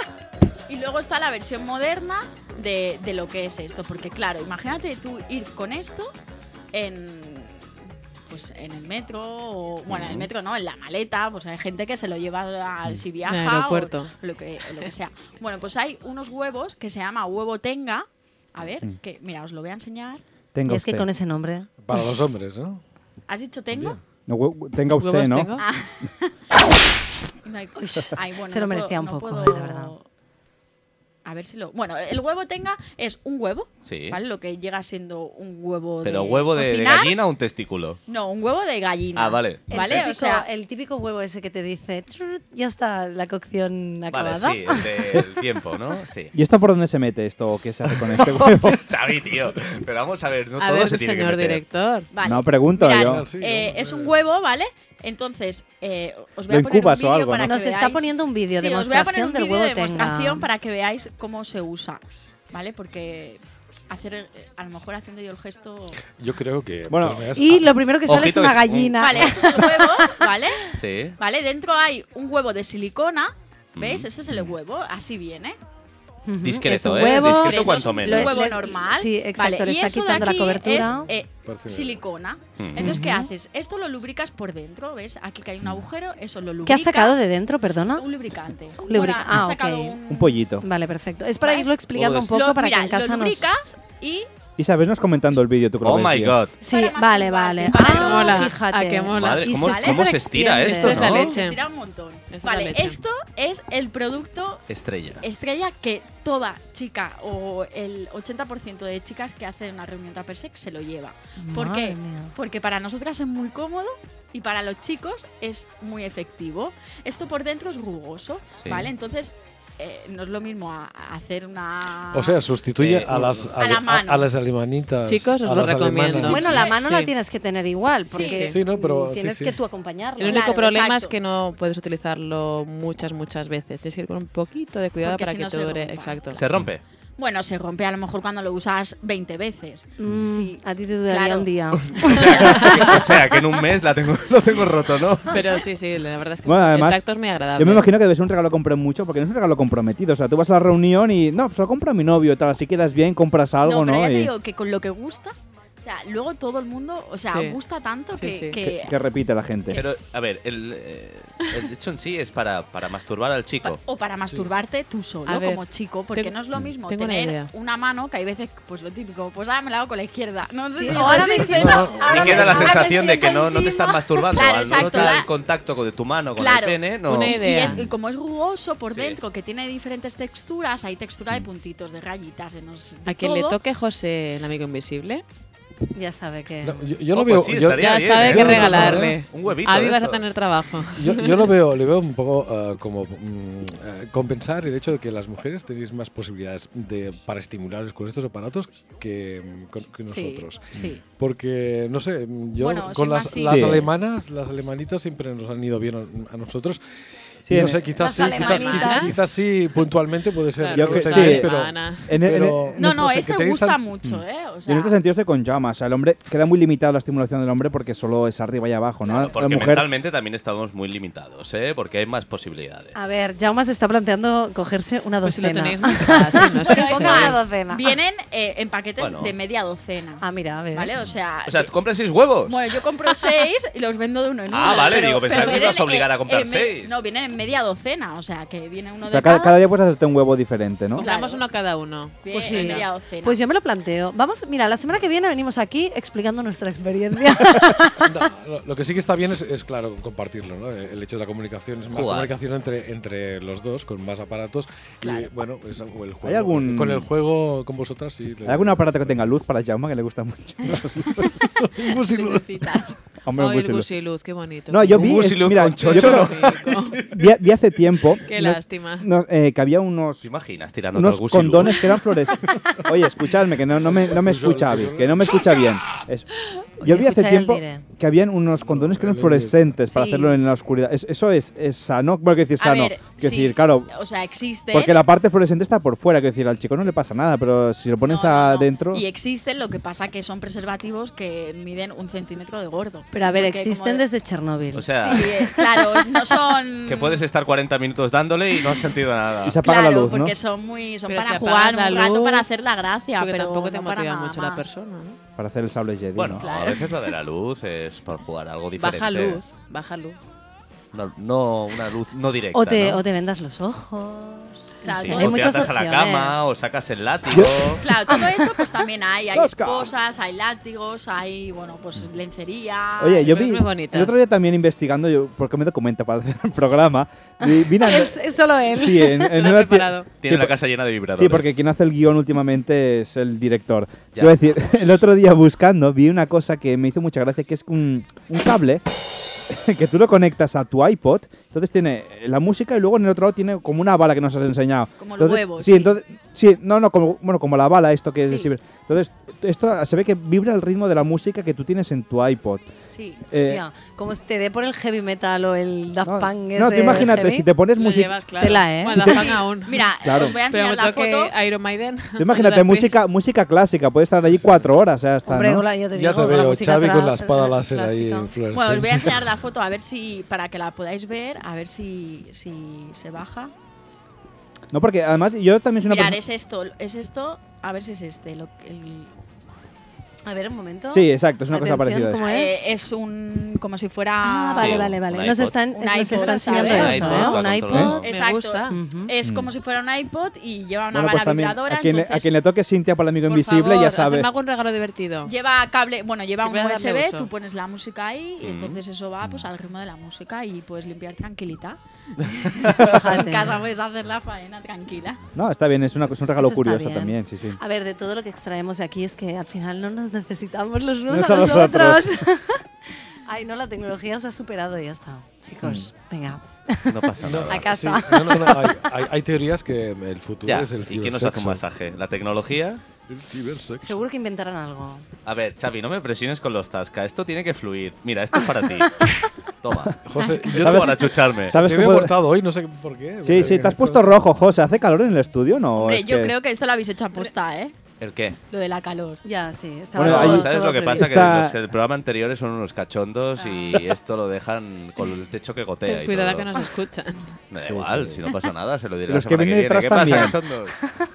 y luego está la versión moderna de, de lo que es esto. Porque, claro, imagínate tú ir con esto en. Pues en el metro, o, bueno, en el metro no, en la maleta, pues hay gente que se lo lleva al si viaja Al aeropuerto. o lo que, o lo que sea. Bueno, pues hay unos huevos que se llama huevo tenga. A ver, que mira, os lo voy a enseñar. Tenga Es que usted. con ese nombre. Para los hombres, ¿no? ¿Has dicho tengo? No, hue- tenga usted, ¿Huevos ¿no? tengo? Ah. No hay- Ay, bueno, [laughs] Se no puedo- lo merecía un no poco, puedo- la verdad. A ver si lo. Bueno, el huevo tenga es un huevo, Sí. ¿vale? Lo que llega siendo un huevo de. Pero huevo de, de cocinar. gallina o un testículo. No, un huevo de gallina. Ah, vale. El ¿Vale? típico, O sea, el típico huevo ese que te dice, "Trrr, ya está la cocción acabada. Vale, sí, el del tiempo, ¿no? [laughs] Sí. [laughs] ¿Y esto por dónde se mete esto o qué se hace con este huevo? Xavi, tío. Pero vamos a ver, no a todo ver, se tiene señor que meter. director. eh, vale. No, pregunto Mirad, yo. Sí, eh, hombre. es un huevo, ¿vale? Entonces, eh, os voy Lo a poner un incubas o vídeo algo, para ¿no? que Nos está veáis- poniendo un vídeo Sí, de os voy a poner demostración un del vídeo huevo de demostración tenga. para que veáis cómo se usa, ¿vale? Porque hacer, eh, a lo mejor haciendo yo el gesto... Yo creo que. pues, de Bueno, todas maneras, Y lo primero que sale Ojito, [laughs] es una es un- gallina. Vale, este es el huevo, ¿vale? Sí. Vale, dentro hay un huevo de silicona. ¿Veis? Este es el huevo, así viene. Ujú. Discreto, Es ¿eh? un huevo. Discreto Entonces, cuanto menos. Un huevo Les- normal. sí, exacto, Vale, le y está eso de quitando la aquí cobertura. Es, eh, Parece- silicona. Mm. Entonces, ¿qué Ujú. haces? Esto lo lubricas por dentro, ¿ves? Aquí que hay un agujero, eso lo ¿Qué lubricas. has sacado de dentro, perdona? Un lubricante. lubrica- Ahora, ah, he sacado ok. Un pollito. Vale, perfecto. Es para ¿Ves? irlo explicando Todo un esto. poco Lo- para que mira, en casa lo nos... lubricas y Y sabes, nos comentando el vídeo, tú que lo Oh ves my bien. god. Sí, Para masturbarte, vale, vale. para Ah, mola, fíjate. a que mola. Madre, Y ¿cómo- se cómo se estira extiende. esto, Esto es la no? leche. se estira un montón. Esa es la vale, leche. esto es el producto Estrella. estrella que toda chica o el 80% de chicas que hacen una reunión tupper sex se lo lleva. ¿Por qué? Madre mía. Porque para nosotras es muy cómodo y para los chicos es muy efectivo. Esto por dentro es rugoso, Sí. ¿vale? Entonces eh, no es lo mismo a- a hacer una... O sea, sustituye Eh, a las a la mano. a, a las alemanitas. Chicos, os a lo las recomiendo. alemanas. Bueno, la Sí, mano la sí. tienes que tener igual, Sí. porque Sí, no, pero mm, sí, tienes sí. que tú acompañarlo. El único Claro, problema es exacto. que no puedes utilizarlo muchas, muchas veces. Tienes que ir con un poquito de cuidado Porque para si que no te se dure. rompa. Exacto. Se rompe. Bueno, se rompe a lo mejor cuando lo usas 20 veces. Mm, Sí. A ti te duraría Claro. un día. [laughs] o sea, [laughs] que en un mes la tengo, [laughs] lo tengo roto, ¿no? Pero sí, sí, la verdad es que Bueno, el además, tacto es muy agradable. Yo me imagino que debe ser un regalo comprado mucho, porque no es un regalo comprometido. O sea, tú vas a la reunión y, no, pues lo compro a mi novio y tal. Así quedas bien, compras algo, no, pero ¿no? ya te Y digo que con lo que gusta, o sea, luego todo el mundo, o sea, Sí. gusta tanto Sí, que, sí. que, que- que repite la gente. Pero, a ver, el, eh, el hecho en sí es para, para masturbar al chico. o para masturbarte tú solo A ver, como chico, porque tengo- no es lo mismo tengo una tener idea. una mano que hay veces, pues lo típico, pues ahora me la hago con la izquierda. No sé si o es ahora así, [laughs] me pero- Y siento- ahora queda la ahora me sensación de siento que no, no te encima. estás masturbando. Claro, al no exacto, notar la- el contacto con- de tu mano con el Claro. pene, no. Una idea. Y, es- y como es rugoso por Sí. Mm. dentro, que tiene diferentes texturas, hay textura de puntitos, de rayitas, de no sé- de A quien todo. le toque José, el amigo invisible, Ya sabe que. No, yo, yo Oh, lo pues veo. sí, yo, estaría ya bien, sabe ¿eh? qué Yo- regalarle. Un huevito A mí de vas a estos. tener trabajo. [laughs] yo, yo lo veo, le veo un poco eh, como mm, eh, compensar el hecho de que las mujeres tenéis más posibilidades de, para estimularos con estos aparatos que, mm, con- que Sí, nosotros. sí. Porque, no sé, mm, yo Bueno, con soy las, más sí. las Sí. alemanas, las alemanitas siempre nos han ido bien a, a nosotros. Sí, Y no en- sé, quizás sí, Las quizás, alemanitas. quizás, quizás sí, puntualmente puede ser. Yo que que estáis sí. bien, Alemanas. En el- en el- Mm. pero- No, no, sé, que este tenéis gusta tan- mucho, ¿eh? O Y en sea, este sentido estoy con llamas. O sea, el hombre queda muy limitado la estimulación del hombre porque solo es arriba y abajo, ¿no? Porque la mujer. mentalmente también estamos muy limitados, ¿eh? Porque hay más posibilidades. A ver, Jaume se está planteando cogerse una Pues si lo docena. tenéis [laughs] muy fácil, no es que [laughs] pero es Ponga más, jodáis. la docena. [laughs] vienen eh, en paquetes Bueno. de media docena. ah, mira, a ver. ¿Vale? O sea, O sea, que- ¿tú compras seis huevos? Bueno, yo compro seis y los vendo de uno en uno. Ah, vale, pero- digo, pensaba pero que me ibas a vienen, obligar eh, a comprar en me- seis. No, vienen en media docena, o sea, que viene uno O sea, de cada. cada, cada día puedes hacerte un huevo diferente, ¿no? Compramos Claro. uno cada uno. Pues sí. media docena. Pues yo me lo planteo. Vamos, mira, la semana que viene venimos aquí explicando nuestra experiencia. No, lo- lo que sí que está bien es, es, claro, compartirlo, ¿no? El hecho de la comunicación, es más Jugar. comunicación entre, entre los dos, con más aparatos. Y, bueno, es algo- el juego. algún- Con el juego con vosotras, sí. ¿Hay algún [laughs] aparato que tenga luz para Jaume que le gusta mucho? [laughs] Hombre, Ay, muy el chulo. busiluz, qué bonito. No, yo Un vi, eh, bus y luz mira, con yo chocho, creo- Rico. [laughs] vi, vi hace tiempo Qué no- lástima. no, eh, que había unos, ¿Te imaginas tirando unos condones que eran flores. Oye, escuchadme, que no, no me, no me Pues yo- escucha, pues yo Avi, no- que no me escucha bien. Es- Oye, yo vi hace escucha, ya os tiempo diré. que habían unos condones que eran el- fluorescentes para Sí. hacerlo en la oscuridad. Es- eso es, es sano, bueno, quiero decir A sano. ver, Quiero sí, decir, claro, O sea, existe. porque la parte fluorescente está por fuera, quiero decir, al chico no le pasa nada, pero si lo No, pones no, no. adentro... Y existen, lo que pasa que son preservativos que miden un centímetro de gordo. Pero a ver, Porque existen como- desde Chernóbil. O sea, Ah. Sí, eh, claro, no son. [laughs] que puedes estar 40 minutos dándole y no has sentido nada. Y se apaga claro, la luz, ¿no? porque son muy. Son Pero para si jugar apagas un la rato luz, para hacer la gracia, Porque pero tampoco te no para motiva nada mucho la más. persona. ¿no? Para hacer el sable Jedi, Bueno, ¿no? a veces lo de la luz es por jugar a algo diferente. Baja luz, baja luz. No, no una luz no directa. o, te, ¿no? o te vendas los ojos. Claro, Sí, todo Hay o te muchas atas a la opciones. cama, o sacas el látigo. Claro, todo esto [laughs] pues también hay. Hay Tosca. esposas, hay látigos, hay, bueno, pues lencería. Oye, yo pero vi es muy bonitas. el otro día también investigando, yo, porque me documento para hacer el programa, vi, vi [laughs] una- Es, es solo él. sí, en, en Lo he una tie- preparado. Tiene Sí, la por- casa llena de vibradores. Sí, porque quien hace el guión últimamente es el director. Ya Quiero decir, [laughs] el otro día buscando vi una cosa que me hizo mucha gracia, que es un, un cable [laughs] que tú lo conectas a tu iPod, entonces tiene la música y luego en el otro lado tiene como una bala que nos has enseñado. Como el Entonces, huevo, Sí, sí. entonces, sí, no, no, como, bueno, como la bala esto que es de Sí. ciber. Entonces, esto se ve que vibra el ritmo de la música que tú tienes en tu iPod. Sí. Eh, Hostia, como si te dé por el heavy metal o el Daft no, Punk no, ese tú imagínate, heavy. si te pones Lo música... llevas, claro. Tela, ¿eh? Bueno, Sí. la fan aún. Mira, eh, Claro. os voy a Pero enseñar me la foto. toque Iron Maiden. Tú imagínate, música, música clásica, puedes estar allí cuatro horas, ya está, Hombre, ¿no? hola, yo te digo, Ya te con la veo, música Xavi tra- con la espada tra- láser ahí clásica. Bueno, en os voy Este. a [laughs] fluorescente. enseñar la foto a ver si, para que la podáis ver, a ver si, si se baja. No, porque además yo también soy una Mirar, persona- es esto, es esto, a ver si es este. lo que- el- A ver, un momento. Sí, exacto, es una cosa Atención, parecida. a eso. ¿cómo es? eh, es un. como si fuera. Ah, Sí, vale, un- vale, un vale. Nos iPod. están, Un nos iPod, están enseñando ¿sabes? eso, Un ¿eh? iPod, Un va iPod. Eh, controlando. Me Exacto. gusta. Ujú. Es Mm. como si fuera un iPod y lleva una Bueno, bala pues también vibradora. a quien, le, a entonces quien le toque Cintia por el amigo Por invisible favor, ya sabe. hazme algún regalo divertido. Lleva cable, bueno, lleva Que un voy a darle USB, uso. tú pones la música ahí y Mm. entonces eso va pues al ritmo de la música y puedes limpiar tranquilita. En Fíjate. casa puedes hacer la faena tranquila. No, está bien, es, una, es un regalo Eso está curioso bien. Ah, también, sí, sí. A ver, de todo lo que extraemos de aquí es que al final no nos necesitamos los No unos a son los los otros. otros. [laughs] Ay, no, la tecnología os ha superado y ya está. Chicos, Mm. venga, No pasa nada. a casa. Sí, no, no, no, hay, hay- hay teorías que el futuro Ya, es el ¿y qué nos hace un cibersexo. masaje? ¿La tecnología? El cibersexo. Seguro que inventarán algo. A ver, Xavi, no me presiones con los tasca. Esto tiene que fluir. Mira, esto es para [laughs] ti. Toma. José, yo Esto ¿Sabes? para chucharme. ¿Sabes te qué veo puedo- cortado hoy, no sé por qué. Sí, sí, te has puesto rojo, José. ¿Hace calor en el estudio? No, Hombre, es yo que- creo que esto lo habéis hecho aposta, ¿eh? ¿El qué? Lo de la calor. Ya, sí, estaba Bueno, todo- ahí- ¿Sabes todo lo que previsto. pasa? Que Está- los que el programa anterior son unos cachondos y Ah. esto lo dejan con el techo que gotea. Ten y cuidado todo. [laughs] que nos escuchan. Me da igual, si no pasa nada, se lo diré Los la que semana que, vienen viene. ¿Qué detrás pasa, también. cachondos?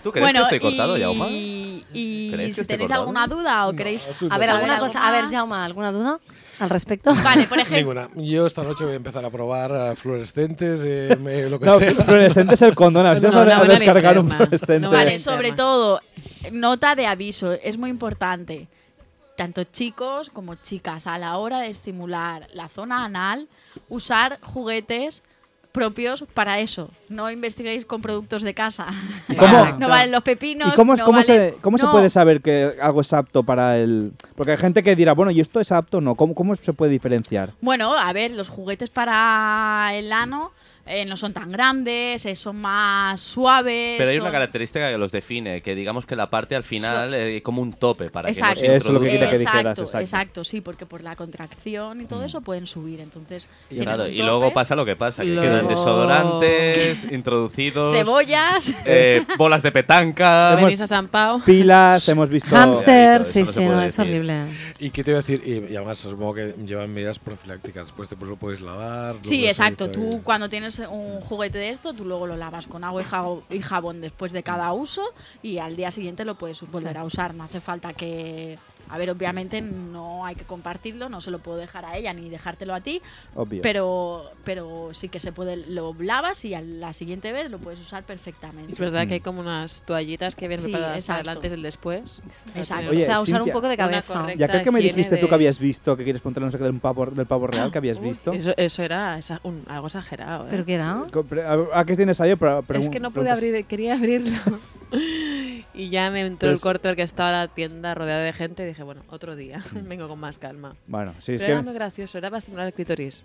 ¿Tú crees que estoy cortado, y, Yauma? y ¿Crees que si estoy tenéis cortado? alguna duda o queréis. tú A ver, A alguna saber cosa. algo A ver, más. Jauma, ¿alguna duda [laughs] al respecto? Vale, [laughs] por ejemplo. Ninguna. Yo esta noche voy a empezar a probar eh, fluorescentes, eh, me- lo que No, sea. fluorescente es el condón. A ver si No, vamos a, no, a no, ni descargar un esperma. No fluorescente. vale. Vale, el sobre tema. todo, nota de aviso, es muy importante. Tanto chicos como chicas, a la hora de estimular la zona anal, usar juguetes propios para eso. No investiguéis con productos de [laughs] casa. ¿Y cómo- Exacto. No valen los ¿Y pepinos. cómo, no cómo vale- se, cómo se No, puede saber que algo es apto para el...? Porque hay gente que dirá, bueno, ¿y esto es apto o no? ¿Cómo, ¿Cómo se puede diferenciar? Bueno, a ver, los juguetes para el ano eh, no son tan grandes, eh, son más suaves. Pero hay una son- característica que los define, que digamos que la parte al final es como un tope para Exacto. que no se Eso es lo que introduzca. quería Mm. que exacto, dijeras, exacto. sí, porque por la contracción y todo eso pueden subir, entonces Y, tienes claro, un y tope, luego pasa lo que pasa, que Luego- quedan desodorantes, introducidos, cebollas, [laughs] eh, bolas de petanca. Venís a San Pau. Pilas, hemos visto... Eso Hamster, no se sí, sí, puede no, es decir. horrible. ¿Y qué te iba a decir? Y, y además supongo que llevan medidas profilácticas. Después te pues, lo puedes lavar. lo Sí, puedes exacto. evitar. Tú cuando tienes un juguete de esto, tú luego lo lavas con agua y jabo- y jabón después de cada uso y al día siguiente lo puedes volver a usar. No hace falta que... A ver, obviamente no hay que compartirlo, no se lo puedo dejar a ella ni dejártelo a ti, Obvio. pero, pero sí que se puede, lo lavas y a la siguiente vez lo puedes usar perfectamente. Es verdad que Mm. hay como unas toallitas que vienen Sí, preparadas para el exacto. antes y el después. Exacto. Oye, o sea, usar un Cintia, poco de una cabeza. correcta. ya creo que me higiene dijiste tú que de- habías visto, que quieres ponerte no sé qué del pavo, del pavo real que habías visto. Eso, eso era esa- un- algo exagerado. ¿eh? ¿Pero qué da? Compre- ¿A a qué tienes ahí? Pre- es pregun- que no pude preguntas. abrir, quería abrirlo. [laughs] y ya me entró Pero el es- corte que estaba la tienda rodeada de gente y dije, bueno, otro día, [laughs] vengo con más calma. Bueno, Mm. sí, es Pero que... era muy gracioso, era para estimular el clítoris.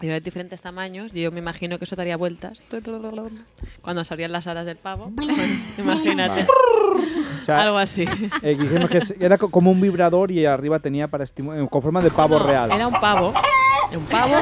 Y había diferentes tamaños y yo me imagino que eso daría vueltas. Cuando se abrían las alas [laughs] del pavo, pues, imagínate, o sea, algo así. eh, dijimos que era co- como un vibrador y arriba tenía para estimular... con forma de pavo No, real. Era un pavo. Un pavo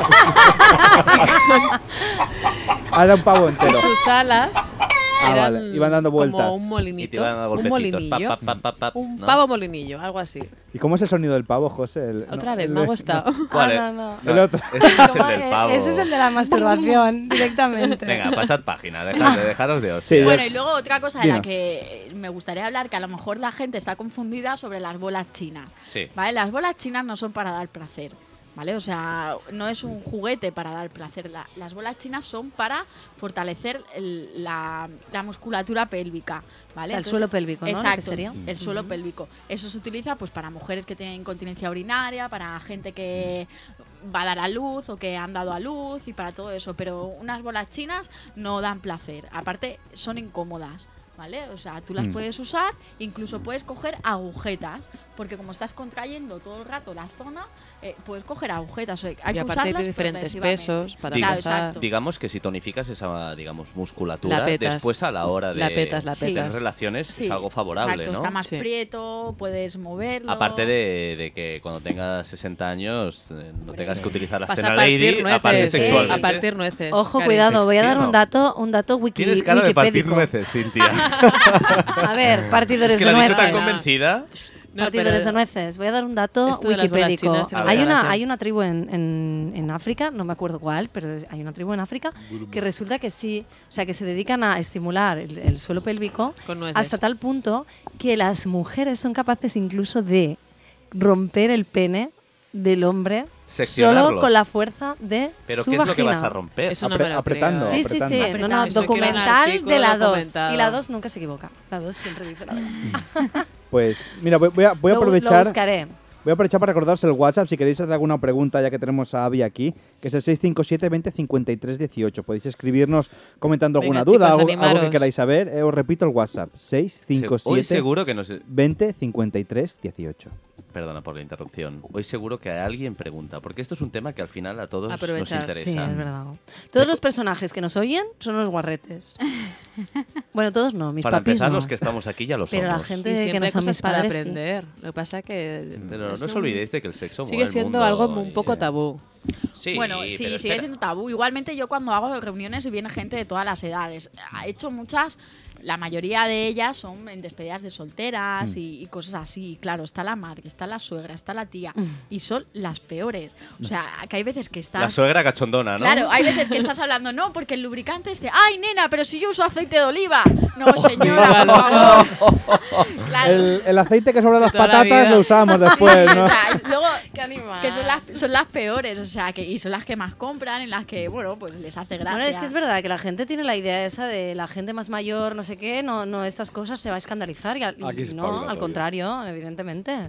Ah, era un pavo y entero. sus alas Ah, eran vale, iban dando vueltas. como un Y te molinito, van a un dar golpecitos. molinillo, pap, pap, pap, pap, pap, un ¿no? pavo molinillo, algo así. ¿Y cómo es el sonido del pavo, José? El- Otra no, vez, el- me ha gustado. ¿Cuál Ah, es? no, no. El otro. Ese es el Como, del eh, pavo. Ese es el de [laughs] la masturbación, directamente. Venga, pasad página, dejad, dejaros de Sí, hostia. Bueno, y luego otra cosa de la Dinos. que eh, me gustaría hablar, que a lo mejor la gente está confundida sobre las bolas chinas. Sí. ¿Vale? Las bolas chinas no son para dar placer. ¿Vale? O sea, no es un juguete para dar placer. La- las bolas chinas son para fortalecer el- la, la musculatura pélvica. ¿vale? O sea, el suelo pélvico, ¿no? Lo que Exacto, sería. el suelo pélvico. Eso se utiliza pues para mujeres que tienen incontinencia urinaria, para gente que va a dar a luz o que han dado a luz y para todo eso. Pero unas bolas chinas no dan placer. Aparte, son incómodas. ¿Vale? O sea, tú las Mm. puedes usar, incluso puedes coger agujetas, porque como estás contrayendo todo el rato la zona, eh, puedes coger agujetas. O sea, hay y que aparte usarlas de diferentes progresivamente. pesos para Claro, lanzar. exacto. Digamos que si tonificas esa, digamos, musculatura, La petas. después a la hora de La petas, la Sí. tener petas. relaciones Sí, es algo favorable, exacto, ¿no? Está más Sí. prieto, puedes moverlo. Aparte de, de que cuando tengas 60 años eh, no tengas que utilizar la Pues Vas escena a partir lady, nueces. aparte sí, sexualmente. A partir nueces. Ojo, Cari. cuidado, voy a dar ¿no? un dato, un dato wiki, Tienes cara de partir [laughs] wikipédico. nueces, Cintia. A ver, partidores es que de la has dicho nueces. tan convencida. partidores de pero- nueces. Voy a dar un dato Esto de las bolas wikipédico. chinas tiene Hay mucha una, gracia. hay una tribu en, en- en África, no me acuerdo cuál, pero es- hay una tribu en África que resulta que sí, o sea, que se dedican a estimular el, el suelo pélvico Con nueces. hasta tal punto que las mujeres son capaces incluso de romper el pene del hombre solo Seccionarlo. con la fuerza de Pero su ¿qué es lo que vagina. vas a romper? Eso no me lo apretando. creo. Sí, sí, sí. Apretando. No, no, Eso quiero un documental artículo de la 2. documentado. Y la 2 nunca se equivoca. La 2 siempre dice la verdad. Pues mira, voy, voy a, voy a Lo- Lo, aprovechar. buscaré. Voy a aprovechar para recordaros el WhatsApp si queréis hacer alguna pregunta, ya que tenemos a Avi aquí, que es el 657 20 53 18. Podéis escribirnos comentando Venga, alguna duda, chicos, algo- algo, que animaros. queráis saber. Eh, os repito el WhatsApp: Se- Hoy 657 seguro que nos... 20 53 18. Perdona por la interrupción. Hoy seguro que alguien pregunta, porque esto es un tema que al final a todos Aprovechar, nos interesa. Sí, es verdad. Todos los personajes que nos oyen son unos [laughs] guarretes. bueno, todos no, mis Para papis empezar, no. los que estamos aquí ya lo Pero somos. la gente Y que siempre no hay son cosas mis para padres sí. aprender. Lo que pasa que... Pero no es os un- olvidéis de que el sexo mueve Sigue el siendo mundo algo y- un poco tabú. Sí, bueno, pero sí, sigue espera. siendo tabú. Igualmente yo cuando hago reuniones y viene gente de todas las edades. He hecho muchas, la mayoría de ellas son en despedidas de solteras Mm. y, y cosas así. Y claro, está la madre, está la suegra, está la tía. Y son las peores. O sea, que hay veces La que estás... suegra cachondona, ¿no? Claro, hay veces que estás hablando, no, porque el lubricante este, ay nena, pero si yo uso aceite de oliva. [laughs] No, señora, por favor. Claro. [laughs] El, el aceite que sobra las Toda la patatas vida. lo usamos después, Sí, ¿no? o sea, es- luego, Qué animal. que son las, son las peores, o sea, que, y son las que más compran, en las que, bueno, pues les hace gracia. Bueno, es que es verdad que la gente tiene la idea esa de la gente más mayor, no sé qué, no, no estas cosas se va a escandalizar y, al- y Aquí es no, al obligatorio. contrario, evidentemente.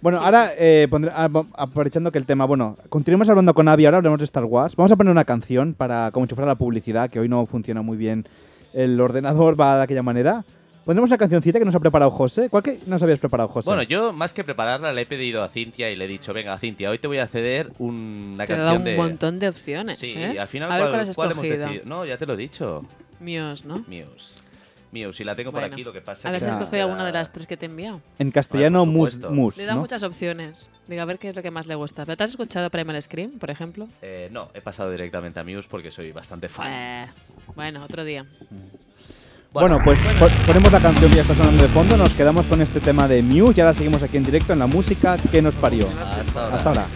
Bueno, ahora eh, pondré- ah, va- aprovechando que el tema, bueno, continuemos hablando con Avi, ahora hablemos de Star Wars. Vamos a poner una canción para como si fuera la publicidad, que hoy no funciona muy bien el ordenador, va de aquella manera. Pondremos una cancioncita que nos ha preparado José. ¿Cuál que nos habías preparado, José? Bueno, yo más que prepararla le he pedido a Cintia y le he dicho, venga Cintia, hoy te voy a ceder una Te da canción un de... montón de opciones, Sí, ¿eh? al final A ver cuál, cuál has cuál hemos escogido. decidido. No, ya te lo he dicho. Míos, ¿no? Muse. Muse, si la tengo por Bueno, aquí, lo que pasa A es que... veces has me cogido queda- alguna de las tres que te he enviado. en castellano, Ah, por mus, supuesto. mus, Le da ¿no? muchas opciones. Diga, a ver qué es lo que más le gusta. ¿Pero te has escuchado Primal Scream, por ejemplo? Eh, no, he pasado directamente a Muse porque soy bastante fan. Eh, bueno, otro día. Bueno, pues po- ponemos la canción que ya está sonando de fondo, nos quedamos con este tema de Muse y ahora seguimos aquí en directo en la música que nos parió. Hasta ahora. Hasta ahora.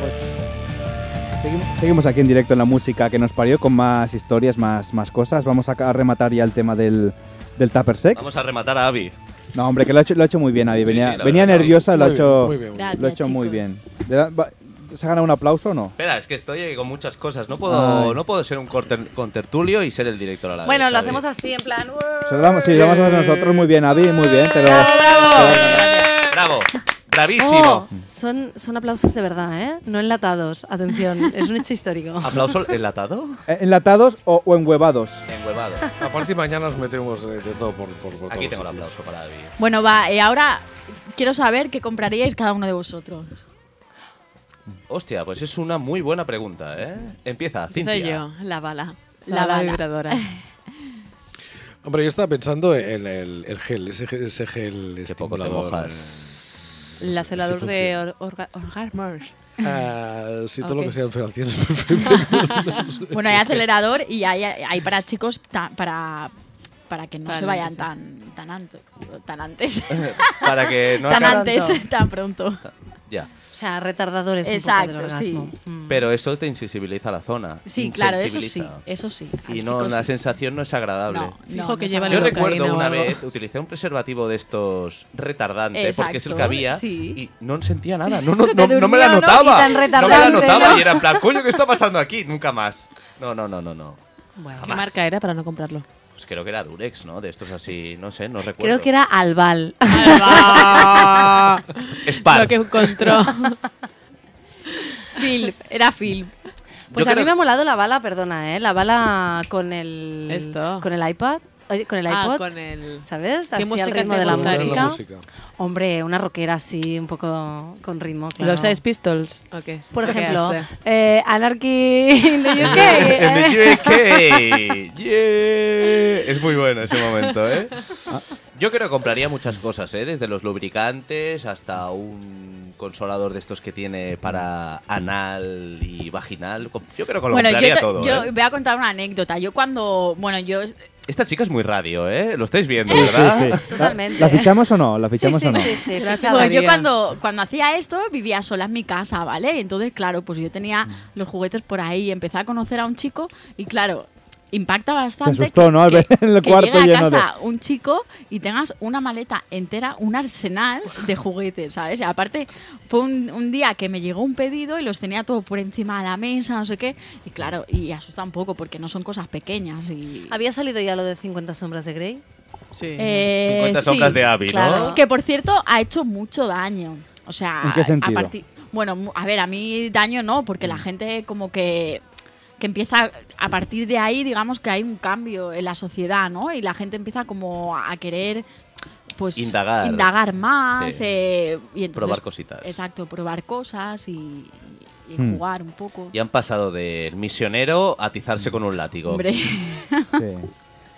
pues, Seguimos aquí en directo en la música que nos parió con más historias, más, más cosas. Vamos a, a rematar ya el tema del, del Tupper Sex. Vamos a rematar a Abby. No, hombre, que lo ha hecho, lo ha hecho muy bien, Abby. Sí, Venía, sí, la venía verdad, sí. nerviosa, lo ha Muy bien, hecho muy bien, muy bien. lo ha hecho muy Gracias, bien. Le da- va- ¿Se ha ganado un aplauso o no? Espera, es que estoy eh, con muchas cosas. No puedo, Ay. no puedo ser un corter- contertulio y ser el director a la vez. Bueno, lo Abby. hacemos así, en plan. Se lo damos, sí, lo vamos a hacer nosotros muy bien, Abby, muy bien. Te lo, te lo- Bravo. Oh, Bravísimo. son, son aplausos de verdad, ¿eh? No enlatados. Atención, es un [laughs] hecho histórico. Aplauso enlatado. eh, ¿Enlatados o, o enhuevados? Enhuevado. A partir de mañana nos metemos eh, de todo por, por, por Aquí todos tengo el sitios. aplauso para Abby. Bueno, va, y ahora quiero saber qué compraríais cada uno de vosotros. [laughs] Hostia, pues es una muy buena pregunta, ¿eh? Empieza, Empiezo Cintia. yo, la bala. La La, bala bala. vibradora. Hombre, yo estaba pensando en el, el gel, ese gel, ese gel Qué poco te estimulador, mojas. eh, El ese acelerador de funciona. or- orga- orgasmos. Ah, sí, todo lo que Ok. [laughs] sean federaciones. Bueno, hay acelerador y hay, hay para chicos ta- para, para que no Para se no vayan empezar. tan, tan, antes, [laughs] tan antes. Para que no tan acabe- antes, [laughs] tan pronto. Ya. O sea, retardadores un poco Exacto, del orgasmo. sí. Mm. Pero eso te insensibiliza la zona. [laughs] Sí, claro, eso sí, Insensibiliza. eso sí. Al Y no, chico la sí. sensación no es agradable. No, Fijo no, no que es lleva Yo agradable. Vale, recuerdo cocaína o una algo. vez, utilicé un preservativo de estos retardante, porque es el que Exacto, había, sí. y no sentía nada, [laughs] no, no, Se te no- no me la durmió, ¿no? notaba. Y tan me la retardante, notaba ¿no? y era en plan, coño, ¿qué está pasando aquí? Nunca más. No, no, no, no, no. Bueno. ¿Qué Jamás. marca era para no comprarlo? Pues creo que era Durex, ¿no? De estos así, no sé, no recuerdo. Creo que era Albal. [laughs] Spar. Lo que encontró. Ah, Phil, era Phil. Pues Yo a mí creo- me ha molado la bala, perdona, ¿eh? La bala con el, Esto. Con el iPad. Oye, con el Ah, iPod. con el... ¿Sabes? ¿Qué Así música al ritmo te de la gustaría? música. La música. Hombre, una rockera así, un poco con ritmo, claro. ¿Los Ice Pistols? ¿O qué? Por ¿Qué ejemplo, hace? eh, Anarchy [laughs] in the UK. [laughs] En ¿eh? the UK. Yeah. Es muy bueno ese momento, ¿eh? Yo creo que compraría muchas cosas, ¿eh? Desde los lubricantes hasta un consolador de estos que tiene para anal y vaginal. Com- Yo creo que lo Bueno, yo, compraría te- todo, yo ¿eh? voy a contar una anécdota. Yo cuando, bueno, yo Esta chica es muy radio, ¿eh? Lo estáis viendo, Sí, ¿verdad? sí. Totalmente. ¿La, la fichamos o no? ¿La Sí, fichamos sí, o no? sí, sí, Gracias. fichada. Pues yo cuando, cuando hacía esto vivía sola en mi casa, ¿vale? Entonces, claro, pues yo tenía Mm. los juguetes por ahí y empecé a conocer a un chico y claro, impacta bastante. Se asustó, que- ¿no? Al ver que- el que cuarto llegue a lleno de- casa un chico y tengas una maleta entera, un arsenal de juguetes, ¿sabes? Y aparte, fue un, un día que me llegó un pedido y los tenía todo por encima de la mesa, no sé qué. Y claro, y asusta un poco porque no son cosas pequeñas y... ¿Había salido ya lo de 50 sombras de Grey? Sí. Eh, 50 sí. sombras de Abby, claro. ¿no? Que por cierto, ha hecho mucho daño. O sea, ¿En qué sentido? Mm. a partir. Bueno, mu- a ver, a mí daño no, porque la gente como que que empieza a partir de ahí, digamos que hay un cambio en la sociedad, ¿no? Y la gente empieza como a querer pues Indagar. indagar más Sí. eh, y entonces- Probar cositas. Exacto, probar cosas y, y Hmm. jugar un poco. Y han pasado del misionero a atizarse con un látigo. Hombre, Sí.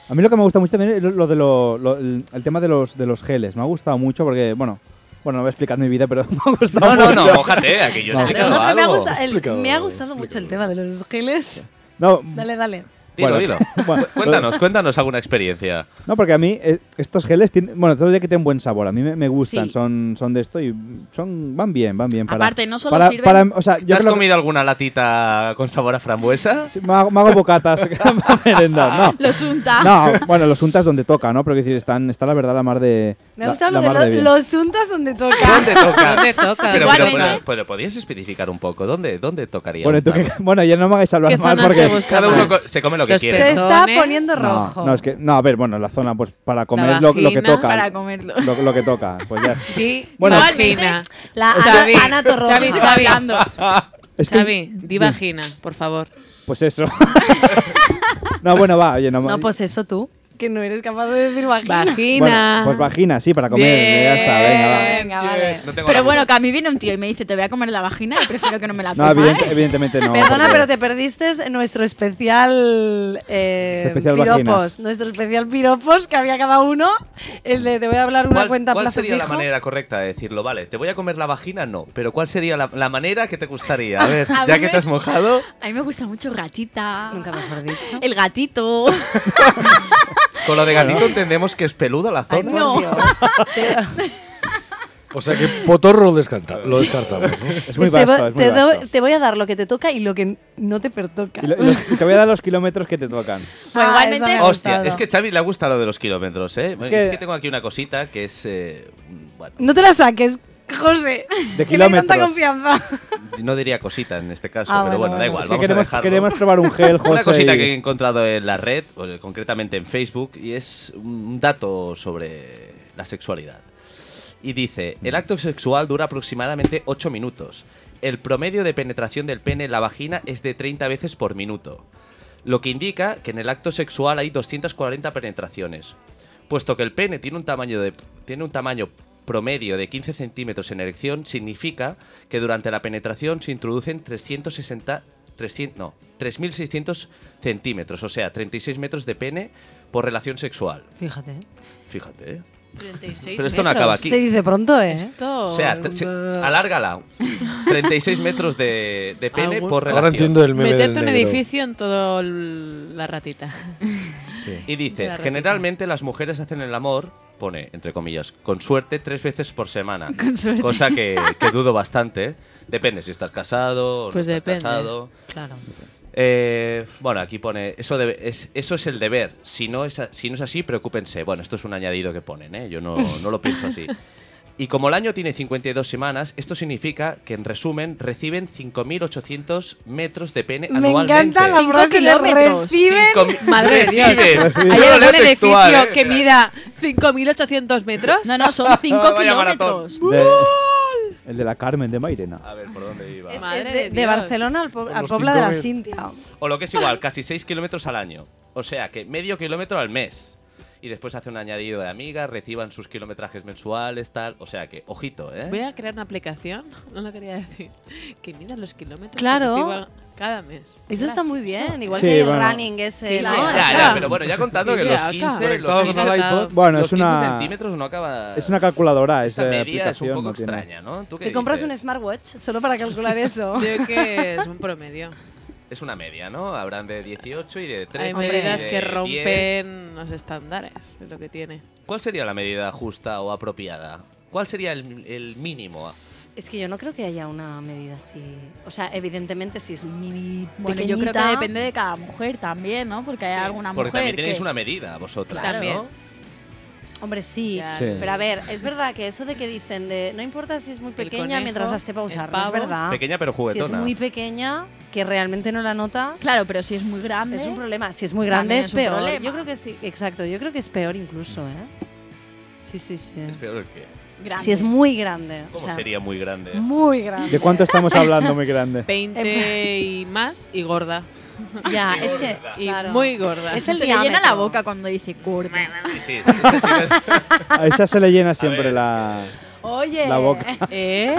A mí lo que me gusta mucho también es lo, lo de lo- lo- el, el tema de los, de los geles. Me ha gustado mucho porque, bueno, bueno, no voy a explicar mi vida, pero [laughs] me ha gustado No, no, no, mucho. mojate, aquí [laughs] yo he No. explicado Perdón, pero me ha algo. gustado, el- Explícalo, me ha gustado mucho el tema explícalo. de los geles. No, Dale, dale. Dilo, Bueno, dilo. [laughs] bueno, Cuéntanos, cuéntanos alguna experiencia. No, porque a mí eh, estos geles tienen, bueno, todo que tienen buen sabor, a mí me, me gustan, Sí. son, son de esto y son van bien, van bien para Aparte, no solo para- sirven- para- o sea, yo ¿Te has creo que- comido alguna latita con sabor a frambuesa? sí, me, hago, me hago bocatas [laughs] para merendar, no. [laughs] los unta. No, bueno, los untas donde toca, ¿no? Pero quiero decir, están está la verdad la mar de Me ha la- gustado la lo de mar lo- bien. los untas donde toca. [laughs] ¿Dónde [laughs] toca? ¿Dónde toca? Pero, pero, Igualmente. pero, pero podías especificar un poco, ¿dónde, dónde tocaría? Bueno, un tú que- taco? bueno, ya no me hagáis hablar ¿Qué mal zonas porque te gustan Cada uno más? co- se come lo que Los quiere. Se pezones. está poniendo No, rojo. No, es que, no, a ver, bueno, la zona pues para comer La lo, lo que vagina toca. para comerlo. Lo, lo que toca, pues ya. [laughs] Sí, Bueno. vagina. La O Ana, Xavi, Ah, Ana Torroja. Xavi, Xavi. Es que- Xavi, di vagina, por favor. Pues eso. [laughs] no, bueno, va, oye, no, No, pues eso tú. Que no eres capaz de decir vagina. Vagina. bueno, pues vagina, sí, para comer. Ya está, venga, va. Venga, vale. No tengo la Pero culpa. bueno, que a mí viene un tío y me dice, te voy a comer la vagina y prefiero que no me la No, coma. evidente- ¿eh? evidentemente no. pues Perdona, porque- pero te perdiste nuestro especial, eh, Especial piropos. vaginas. Nuestro especial piropos que había cada uno. El de te voy a hablar una ¿Cuál, cuenta a cuál plazo sería la fijo. manera correcta de decirlo? Vale, ¿te voy a comer la vagina? No. Pero ¿cuál sería la, la manera que te [laughs] gustaría? A ver, A ya mí que me- te has mojado, A mí me gusta mucho gatita. Nunca [laughs] mejor dicho. El gatito. con lo de gatito entendemos que es peluda la Ay, zona. por Dios. Te- O sea que Potorro lo, descarta, lo descartamos. [laughs] ¿no? Es muy Este, vasto, vo- es muy te, do- vasto. te voy a dar lo que te toca y lo que no te pertoca. Y lo- los- te voy a dar los kilómetros que te tocan. Pues Ah, igualmente- eso me ha Hostia, gustado. es que Xavi le ha gustado lo de los kilómetros, ¿eh? Es que, que- tengo aquí una cosita que es. eh, [laughs] bueno, No te la saques, José. De que me da tanta kilómetros. confianza. no diría cosita en este caso, Ah, pero bueno, bueno, da igual, bueno. Es que vamos a queremos, dejarlo. queremos probar un gel, José. [laughs] Una cosita y- que he encontrado en la red, o, eh, concretamente en Facebook, y es un dato sobre la sexualidad. Y dice, el acto sexual dura aproximadamente 8 minutos. El promedio de penetración del pene en la vagina es de 30 veces por minuto. Lo que indica que en el acto sexual hay 240 penetraciones. Puesto que el pene tiene un tamaño, de, tiene un tamaño promedio de 15 centímetros en erección, significa que durante la penetración se introducen 360... 300, no, 3.600 centímetros, o sea, 36 metros de pene por relación sexual. Fíjate. Fíjate, ¿eh? 36 Pero esto no acaba aquí. Se dice pronto, ¿eh? Esto... O sea, tre- se- alárgala. 36 metros de, de pene Algún- por relación. Ah, Ahora entiendo el meme del Meterte un negro. edificio en toda la ratita. Y dice, La repito. generalmente las mujeres hacen el amor, pone, entre comillas, con suerte tres veces por [laughs] semana. Con suerte. Cosa que, que dudo bastante. ¿eh? Depende si estás casado o no Pues estás depende. casado. Claro. Eh, bueno, aquí pone, eso, debe- es, eso es el deber. Si no es, a- si no es así, preocúpense. Bueno, esto es un añadido que ponen, ¿eh? yo no, no lo [laughs] pienso así. Y como el año tiene 52 semanas, esto significa que en resumen reciben 5.800 metros de pene Me anualmente. encanta la Cinco frase que le kilómetros. reciben. Cinco mi- Madre de [laughs] Dios. reciben. Yo ¿Hay lo algún leo textual, edificio ¿eh? que mida 5.800 metros? No, no, son 5 Vaya maratón. kilómetros. de- el de la Carmen de Mairena. A ver, ¿por dónde iba? Es- es Madre de, de de Dios. Barcelona al, po- al Puebla de la Cintia. O lo que es igual, casi 6 kilómetros al año. O sea que medio kilómetro al mes. Y después hace un añadido de amigas, reciban sus kilometrajes mensuales, tal. O sea que, ojito, ¿eh? Voy a crear una aplicación, no lo quería decir, que mida los kilómetros Claro. que activa cada mes. Eso está muy bien, igual Sí, que el bueno. running ese. Sí, ¿no? claro. O Ya, sea, ya, pero bueno, ya [laughs] contando que Qué los idea, 15, claro. los Conectado con el 15, iPod. Bueno, los es una- 15 centímetros no acaba. Es una calculadora, Esta esa medida es aplicación. un poco no tiene- extraña, ¿no? ¿Tú qué Te compras un dices? smartwatch solo para [laughs] calcular eso. Creo que es un promedio. Es una media, ¿no? Habrán de 18 y de 30. Hay y medidas de que 10. rompen los estándares, es lo que tiene. ¿Cuál sería la medida justa o apropiada? ¿Cuál sería el, el mínimo? [laughs] Es que yo no creo que haya una medida así. O sea, evidentemente si es mini Bueno, yo pequeñita, creo que depende de cada mujer también, ¿no? Porque hay alguna Porque mujer también tenéis que... una medida vosotras, Claro. ¿no? Hombre, sí. Ya, Sí. Pero a ver, es verdad que eso de que dicen de no importa si es muy El pequeña conejo, mientras la sepa el usar, no pavo. es Ah. verdad. Pequeña pero si es juguetona. muy pequeña, que realmente no la notas, Claro, pero si es muy grande... es un problema. Si es muy También grande es, es un peor. problema. Yo creo que sí, exacto. Yo creo que es peor incluso, ¿eh? Sí, sí, sí. Es peor el que. grande. Si es muy grande. o ¿Cómo sea, sería muy grande? Muy grande. ¿De cuánto estamos hablando, muy grande? 20 y más y gorda. Ya, Y es que. gorda. Y Em. claro. muy gorda. Es el Se le llena diámetro. la boca cuando dice gorda. Sí, sí. esta [laughs] chica es- A esa se le llena siempre ver, es la, Oye. la boca. [laughs] ¿Eh?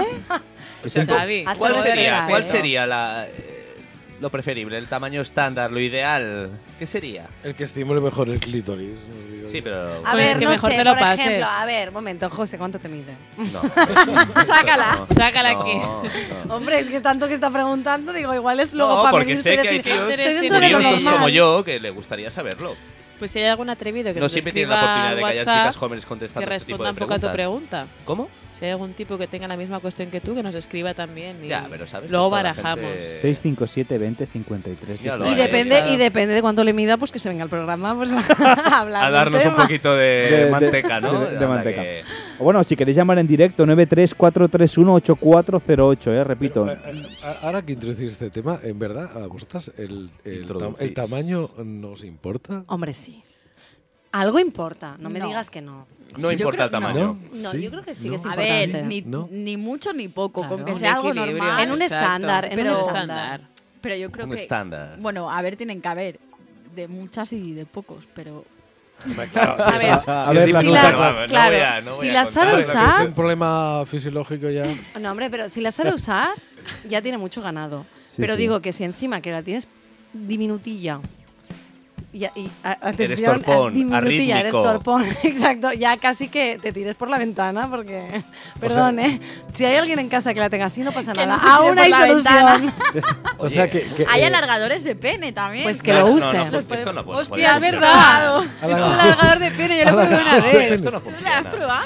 o sea, Xavi. ¿Cuál Alto sería, respeto. cuál sería la, eh, lo preferible? ¿El tamaño estándar? ¿Lo ideal? ¿Qué sería? El que estimule mejor el clítoris. os digo eh, Sí, yo. pero. A Bueno, ver, que no mejor sé, te lo por pases. ejemplo, a ver, momento, José, ¿cuánto te mide? No. [laughs] Sácala. No, Sácala no, aquí. no. Hombre, es que tanto que está preguntando, digo, igual es luego No, para porque medirse sé y que hay decir, tíos estoy dentro de lo Curiosos normal. como yo que le gustaría saberlo. Pues si hay algún atrevido que No nos siempre tienen escriba la oportunidad al de que haya WhatsApp, chicas jóvenes que contestando este tipo responda de un poco a preguntas. tu pregunta. ¿Cómo? Si hay algún tipo que tenga la misma cuestión que tú, que nos escriba también. Y Ya, pero sabes. Luego que esto la barajamos. gente- 6, 5, 7, 20, 53. Ya lo Y Vale, depende, está. y depende de cuánto le mida, pues que se venga al programa pues, [laughs] a hablar A del darnos un tema. poquito de, De- de- manteca, ¿no? de- de La verdad manteca. que- O bueno, si queréis llamar en directo, 934318408, eh, repito. Pero, eh, a- ahora que introducís este tema, en verdad, a vosotras el, el, ta- Introducís. el tamaño nos importa. Hombre, sí. Algo importa, no me No. digas que no. No Yo importa creo el que no. tamaño. ¿No? No, Sí, yo creo que sí que ¿no? es A importante. ver, ni, ¿No? ni mucho ni poco, Claro. con que Un sea algo equilibrio, normal. En un Exacto. estándar, en Pero- un estándar. Pero yo creo Un que... estándar. Bueno, a ver, tienen que haber de muchas y de pocos, pero... Claro, A ver, a es ver, difícil, la- no, vamos, no claro, voy a- no si voy a la contar. sabe Bueno, que usar- Es un problema fisiológico ya. No, hombre, pero si la sabe usar, ya tiene mucho ganado. Sí, pero sí. digo que si encima que la tienes diminutilla Y, y a- Eres atención, a- torpón, diminuti, ya eres arrítmico. torpón, [laughs] exacto. Ya casi que te tires por la ventana porque, perdón, ¿eh? Si hay alguien en casa que la tenga así, no pasa Que nada. no se tire Aún por hay la solución. ventana. O sea que. que, Hay eh, alargadores de pene también. Pues que lo No, no, use. no, no, esto no puede- puede Hostia, es ser. [laughs] verdad. Es un Alargador. alargador de pene, yo lo probé una Alargador. vez. Esto no ¿Tú la has funciona. probado?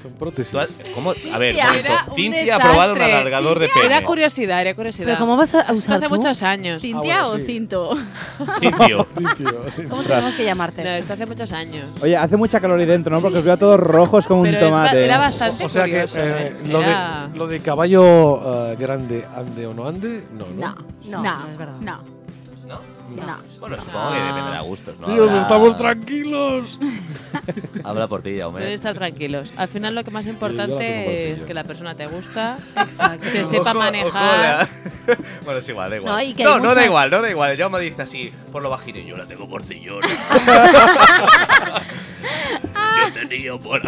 Son prótesis. Tú has- ¿Cómo? A ver, Cintia, Cintia, un Cintia ha probado un desastre. alargador de pene. Era curiosidad, era curiosidad. Pero ¿cómo vas a Esto usar hace tú? muchos años. ¿Cintia Ah, bueno, sí. o cinto? Cintio. Sí, [laughs] tío, sí. [laughs] ¿Cómo tenemos que No, llamarte? esto hace muchos años. Oye, hace mucha calor ahí dentro, ¿no? Porque os veo todos rojos como Pero un es ba- tomate. era bastante O sea que curioso. eh, ¿eh? lo, Era- de, lo de caballo eh, grande, ande o no ande, no, no. No, no, No, no es verdad. No, ¿No? no. Bueno, supongo que dependerá de gustos, ¿no? Tíos, Habrá- estamos tranquilos. Habla por ti, hombre. Pueden estar tranquilos. Al final lo que más Yo la tengo importante parecida. es que la persona te gusta, Exacto. que sepa manejar. la- [laughs] bueno, es igual, da igual. No, y que hay no, no da muchas- igual, no da igual. Yo me dice así, por lo bajito, yo la tengo por sillona. yo tenía por...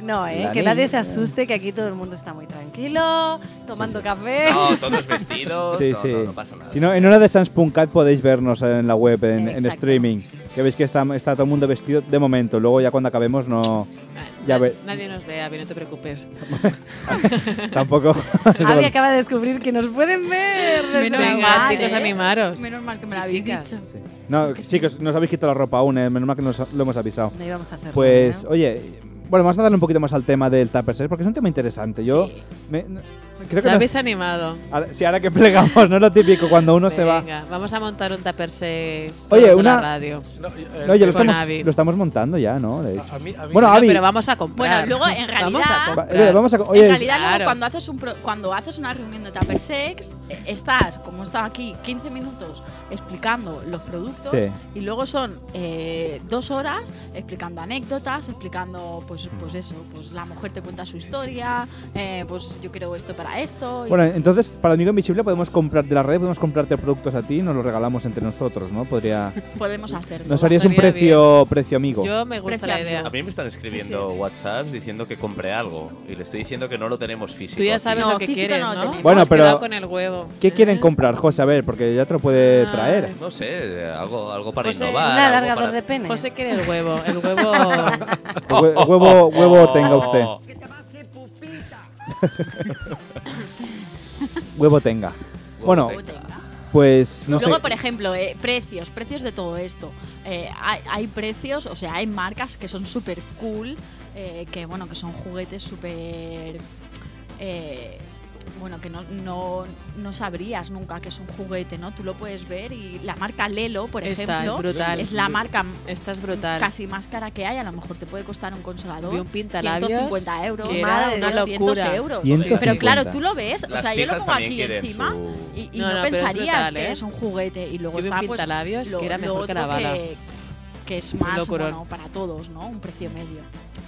No, ¿eh? La que nadie se niña. asuste, que aquí todo el mundo está muy tranquilo, tomando café. No, todos vestidos. Sí, no, sí. No, no pasa nada. Si no, en hora de Sans.cat podéis vernos en la web, en, en Exacto. streaming. Que veis que está, está todo el mundo vestido de momento. Luego ya cuando acabemos no... Ya Na- ve- Nadie nos ve, Abby, no te preocupes. Tampoco... [laughs] Abby acaba de descubrir que nos pueden ver. desde Menos la Venga, web. mal, chicos, ¿eh? animaros. Menos mal que me Y lo habéis chicas. dicho. Sí. [laughs] No, chicos, nos habéis quitado la ropa aún, eh, menos mal que nos lo hemos avisado. No íbamos a hacerlo. Pues, ¿eh? oye, bueno, vamos a darle un poquito más al tema del Tupper Series porque es un tema interesante. Yo Sí. me- no- creo Os que no- habéis animado. [laughs] ahora- sí, ahora que plegamos, no es lo típico cuando uno se va. Venga, vamos a montar un tupper sex Oye, todos de una- la radio. No, eh, No, ya lo Con estamos, Abby. lo estamos montando ya, ¿no? De hecho. a, a mí, a mí- Bueno, No, Abby. pero vamos a comprar. Bueno, luego, en Vamos a realidad- Va- comprar. eh, vamos a, oye, en realidad, luego, Claro. cuando, haces un pro- cuando haces una reunión de Tupper Sex, eh, estás, como está aquí, 15 minutos explicando los productos Sí. y luego son eh, dos horas explicando anécdotas, explicando, pues, Mm. pues eso, pues la mujer te cuenta su historia, eh, pues yo quiero esto para esto. y- Bueno, entonces, para Amigo Invisible podemos comprar de la red, podemos comprarte productos a ti y nos los regalamos entre nosotros, ¿no? [laughs] Podría... podemos hacerlo. Nos harías un estaría precio, precio amigo. Yo me gusta la Precio idea. A mí me están escribiendo WhatsApps diciendo que compré algo y le estoy diciendo que no lo tenemos físico. Tú ya sabes No, lo que físico quieres, no lo ¿no? tenemos. Bueno, Hemos pero- quedado con el huevo. ¿Qué quieren eh. [laughs] Ah. comprar, José? A ver, porque ya te lo puede Ah. traer. No sé, algo, algo para Pues, eh, innovar. Un algo alargador para- de pene. José quiere el huevo. [laughs] El huevo. Hue- huevo huevo tenga [laughs] usted. Oh. Huevo tenga. Bueno, tenga. pues no sé. Luego, por ejemplo, eh, precios, precios de todo esto. Eh, hay, hay precios, o sea, hay marcas que son súper cool, eh, que bueno, que son juguetes súper... eh, bueno, que no, no, no sabrías nunca que es un juguete, ¿no? Tú lo puedes ver y la marca Lelo, por Esta ejemplo, es brutal. es la marca m- Esta es brutal. casi más cara que hay. A lo mejor te puede costar un consolador Vi un pintalabios 150 euros, que era unos una 200 locura. euros. 150. Pero claro, tú lo ves, o Las sea, yo lo pijas pongo también aquí quieren encima su- y, y No, no, no, pero es pensarías brutal, que ¿eh? es un juguete y luego Yo vi un está pues pintalabios que era mejor que la otro bala. que, que es más locurón. bueno para todos no un precio medio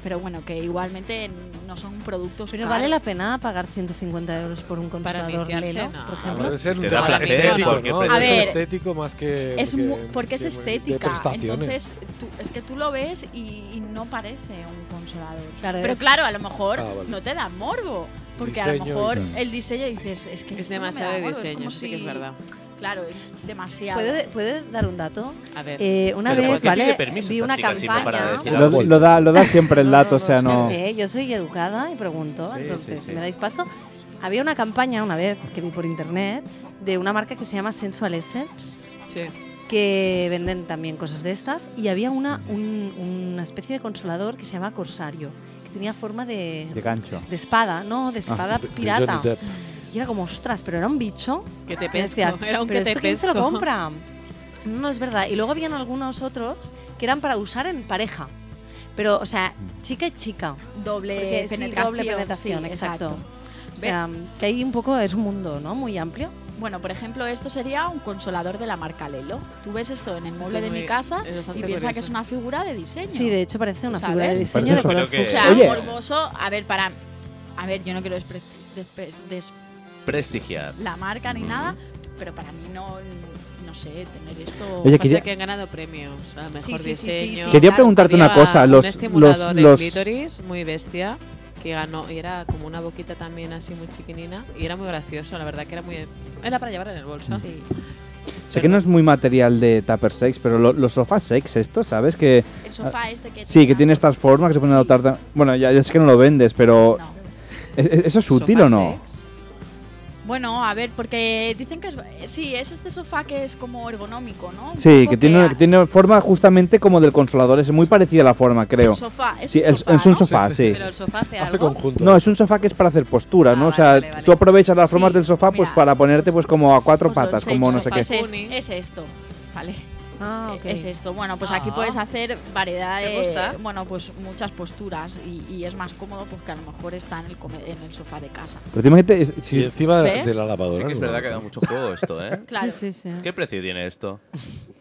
pero bueno que igualmente no son productos Pero caros. vale la pena pagar 150 euros por un Para consolador iniciarse, Lelo, no. por ejemplo. Puede ser un Te da tema placer, estético, porque ¿no? aprendes. A Debe ser ver, estético más que... es mu- porque es que- de estética prestaciones. entonces tú- es que tú lo ves y, y no parece un consolador Claro, pero es- claro a lo mejor Ah, vale. no te da morbo porque a lo Diseño y mejor tal. el diseño dices es que Es esto no me da demasiado de morbo, es diseño, como sí que es si- verdad. claro es demasiado ¿Puede, puede dar un dato? A ver. Eh, una Pero ¿por vez, qué pide ¿vale? permiso Vi esta una chica siempre campaña. para decir Lo, lo da, lo da siempre el dato, o sea, No, no. sé, yo soy educada y pregunto, Sí, entonces, sí, si sí. me dais paso. Había una campaña una vez que vi por internet de una marca que se llama Sensual Essence, Sí. que venden también cosas de estas, y había una, un- una especie de consolador que se llama Corsario, que tenía forma de, De gancho. de espada, no, de espada De- de pirata. Johnny Depp. Y era como, ostras, pero era un bicho. Que te Y decías, pesco. [laughs] Era un "¿Pero que te esto quién se lo pesco". [laughs] compra? No, no es verdad. Y luego habían algunos otros que eran para usar en pareja. Pero, o sea, chica y chica. doble Porque sí, Eh, penetración doble penetración, sí, exacto. O sea, que ahí un poco es un mundo, ¿no? Muy amplio. Bueno, por ejemplo, esto sería un consolador de la marca Lelo. Tú ves esto en el mueble es de muy- mi casa es bastante y piensas que es curioso. una figura de diseño. Sí, de hecho parece una ¿Sabes? figura de diseño de Parece color eso, pero O que- fucsia. sea, Oye. morboso. A ver, para. A ver, yo no quiero despre- despe- des- Prestigiar. la marca ni Mm. nada, pero para mí no. No sé, tener esto. Oye, Pasa quería- que han ganado premios. A mejor Sí, sí, sí, sí, diseño. sí. Quería claro, preguntarte una Había cosa. un Los, los, estimulador de los- clítoris muy bestia que ganó y era como una boquita también así muy chiquinina y era muy gracioso la verdad que era muy era para llevar en el bolso Sí. Sé que no es muy material de Tupper Sex, pero lo- los sofás sex, esto, ¿sabes? Que El sofá este que Ah, sí, que tiene estas formas que se pueden Sí. adoptar. ta- Bueno, ya, ya sé que no lo vendes, pero No. ¿es- es- ¿eso es útil o no? Bueno, a ver, porque dicen que es, sí, es este sofá que es como ergonómico, ¿no? Un Sí, poco que tiene, a- que tiene forma justamente como del consolador, es muy parecida a la forma, creo. El sofá, es Sí, un es, sofá, es un ¿no? sofá, Sí, sí, sí. Pero el sofá hace Hace algo. conjunto. No, es un sofá que es para hacer postura, Ah, ¿no? O vale, sea, vale, vale. tú aprovechas las formas Sí, del sofá pues mira, para ponerte pues como a cuatro Os lo patas, enseño. como no sé Sofá qué. Es, Cuni. es esto, ¿vale? Ah, ok. Es esto. Bueno, pues aquí Ah. puedes hacer variedad ¿Te de, gusta? bueno, pues muchas posturas y, y es más cómodo porque a lo mejor está en el, come- en el sofá de casa. Pero tú imagínate, es- si- Y encima ¿Ves? de la lavadora. Sí que es ¿no? verdad que da mucho juego esto, ¿eh? Claro. Sí, sí, sí. ¿Qué precio tiene esto?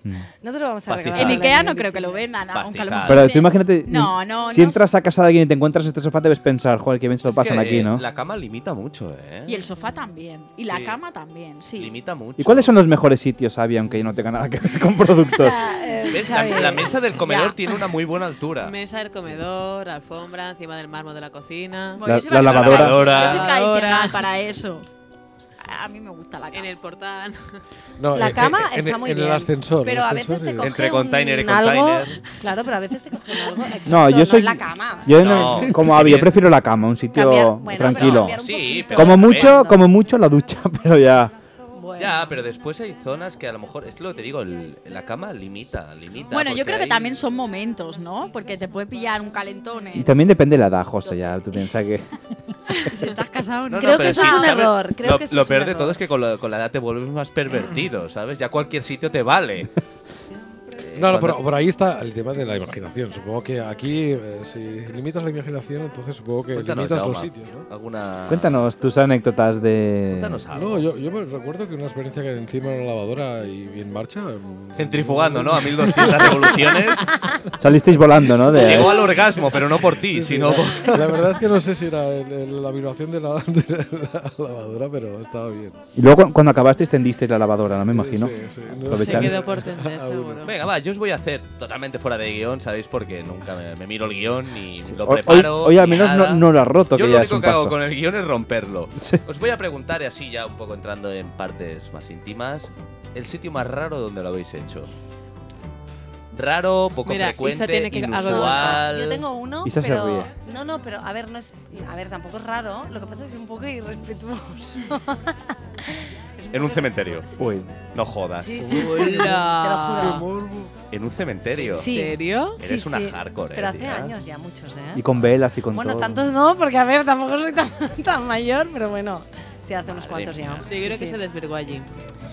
No te lo vamos a Pastizal. regalar. En Claro. Ikea no creo que lo vendan, Pastizal. aunque a lo mejor pero tú te- imagínate, No, no, si no. entras a casa de alguien y te encuentras este sofá debes pensar, joder, qué bien se lo Es pasan que aquí, ¿no? La cama limita mucho, ¿eh? Y el sofá también. Y la Sí. cama también, sí. Limita mucho. ¿Y cuáles son los mejores sitios, Abby, aunque yo no tenga nada que ver con [laughs] productos? ¿Ves? La, la mesa del comedor Ya. tiene una muy buena Ah. altura. Mesa del comedor, alfombra, encima del mármol de la cocina. Bueno, La- yo soy la bastante lavadora. tradicional, Yo soy Lavadora. tradicional para eso. A mí me gusta la En cama. el [laughs] portal. No, La en- cama en- está en- muy en bien. el ascensor. Pero el a veces ascensor te y- coge Entre container y un algo- container. Claro, pero a veces te coge un algo. Exacto, No, yo soy en la cama. Yo no- No. como Abby, yo prefiero la cama, un sitio Cambiar- bueno, pero tranquilo. cambiar un Sí, poquito. pero- Como Ven. mucho, como mucho la ducha, [laughs] pero ya. Bueno. Ya, pero después hay zonas que a lo mejor, es lo que te digo, el- la cama limita, limita. Bueno, yo porque creo que hay- también son momentos, ¿no? Porque te puede pillar un calentón. en- Y también depende de la edad, José, ya tú piensas [laughs] que [laughs] Si estás casado, No, no, no. Creo que pero eso es un ¿sabes? error, creo lo, que eso lo es un peor de error. todo es que con la, con la edad te vuelves más pervertido, ¿sabes? Ya cualquier sitio te vale. [laughs] Eh, No, Cuando- no, pero por ahí está el tema de la imaginación. Supongo que aquí, eh, si limitas la imaginación, entonces supongo que Cuéntanos, limitas los Jaume, sitios, ¿no? alguna... Cuéntanos tus anécdotas de Cuéntanos algo. No, yo, yo me recuerdo que una experiencia que encima de una lavadora y en marcha. mm, Centrifugando, ¿no? A 1200 [laughs] revoluciones. Salisteis volando, ¿no? De- Llegó al orgasmo, pero no pues. por ti, sí, sí, sino por... la, la verdad es que no sé si era el- el- la vibración de la, [laughs] de la lavadora, pero estaba bien. Y luego cu- cuando acabasteis tendisteis la lavadora, ¿no me imagino? Sí, sí, no sé. Se Aprovechar. quedó [laughs] por tender, seguro. Venga, va, yo os voy a hacer totalmente fuera de guión, ¿sabéis? Porque nunca me, me miro el guión ni lo Hoy- preparo. hoy al ni menos no- nada. no lo has roto, Yo que lo ya es único un que hago paso. con el guión es [laughs] romperlo. Os voy a preguntar, y así ya un poco entrando en partes más íntimas, el sitio más raro donde lo habéis hecho. Raro, poco Mira, Isa frecuente, tiene que inusual. Yo tengo uno, Isa se pero ríe. no, no, pero a ver, no es, a ver, tampoco es raro. Lo que pasa es que es un poco irrespetuoso. Es En un poco cementerio. irrespetuoso. Uy. No jodas. Sí, sí, sí, sí, te Hola. lo juro. En un cementerio. ¿En Sí. serio? Eres una hardcore, eh, Pero hace tía. años ya, muchos, ¿eh? Y con velas y con bueno, todo. tantos no, porque a ver, tampoco soy tan, [laughs] tan mayor, pero bueno, sí, hace unos Madre cuantos mía. ya. Sí, yo creo que sí. se desvirgó allí.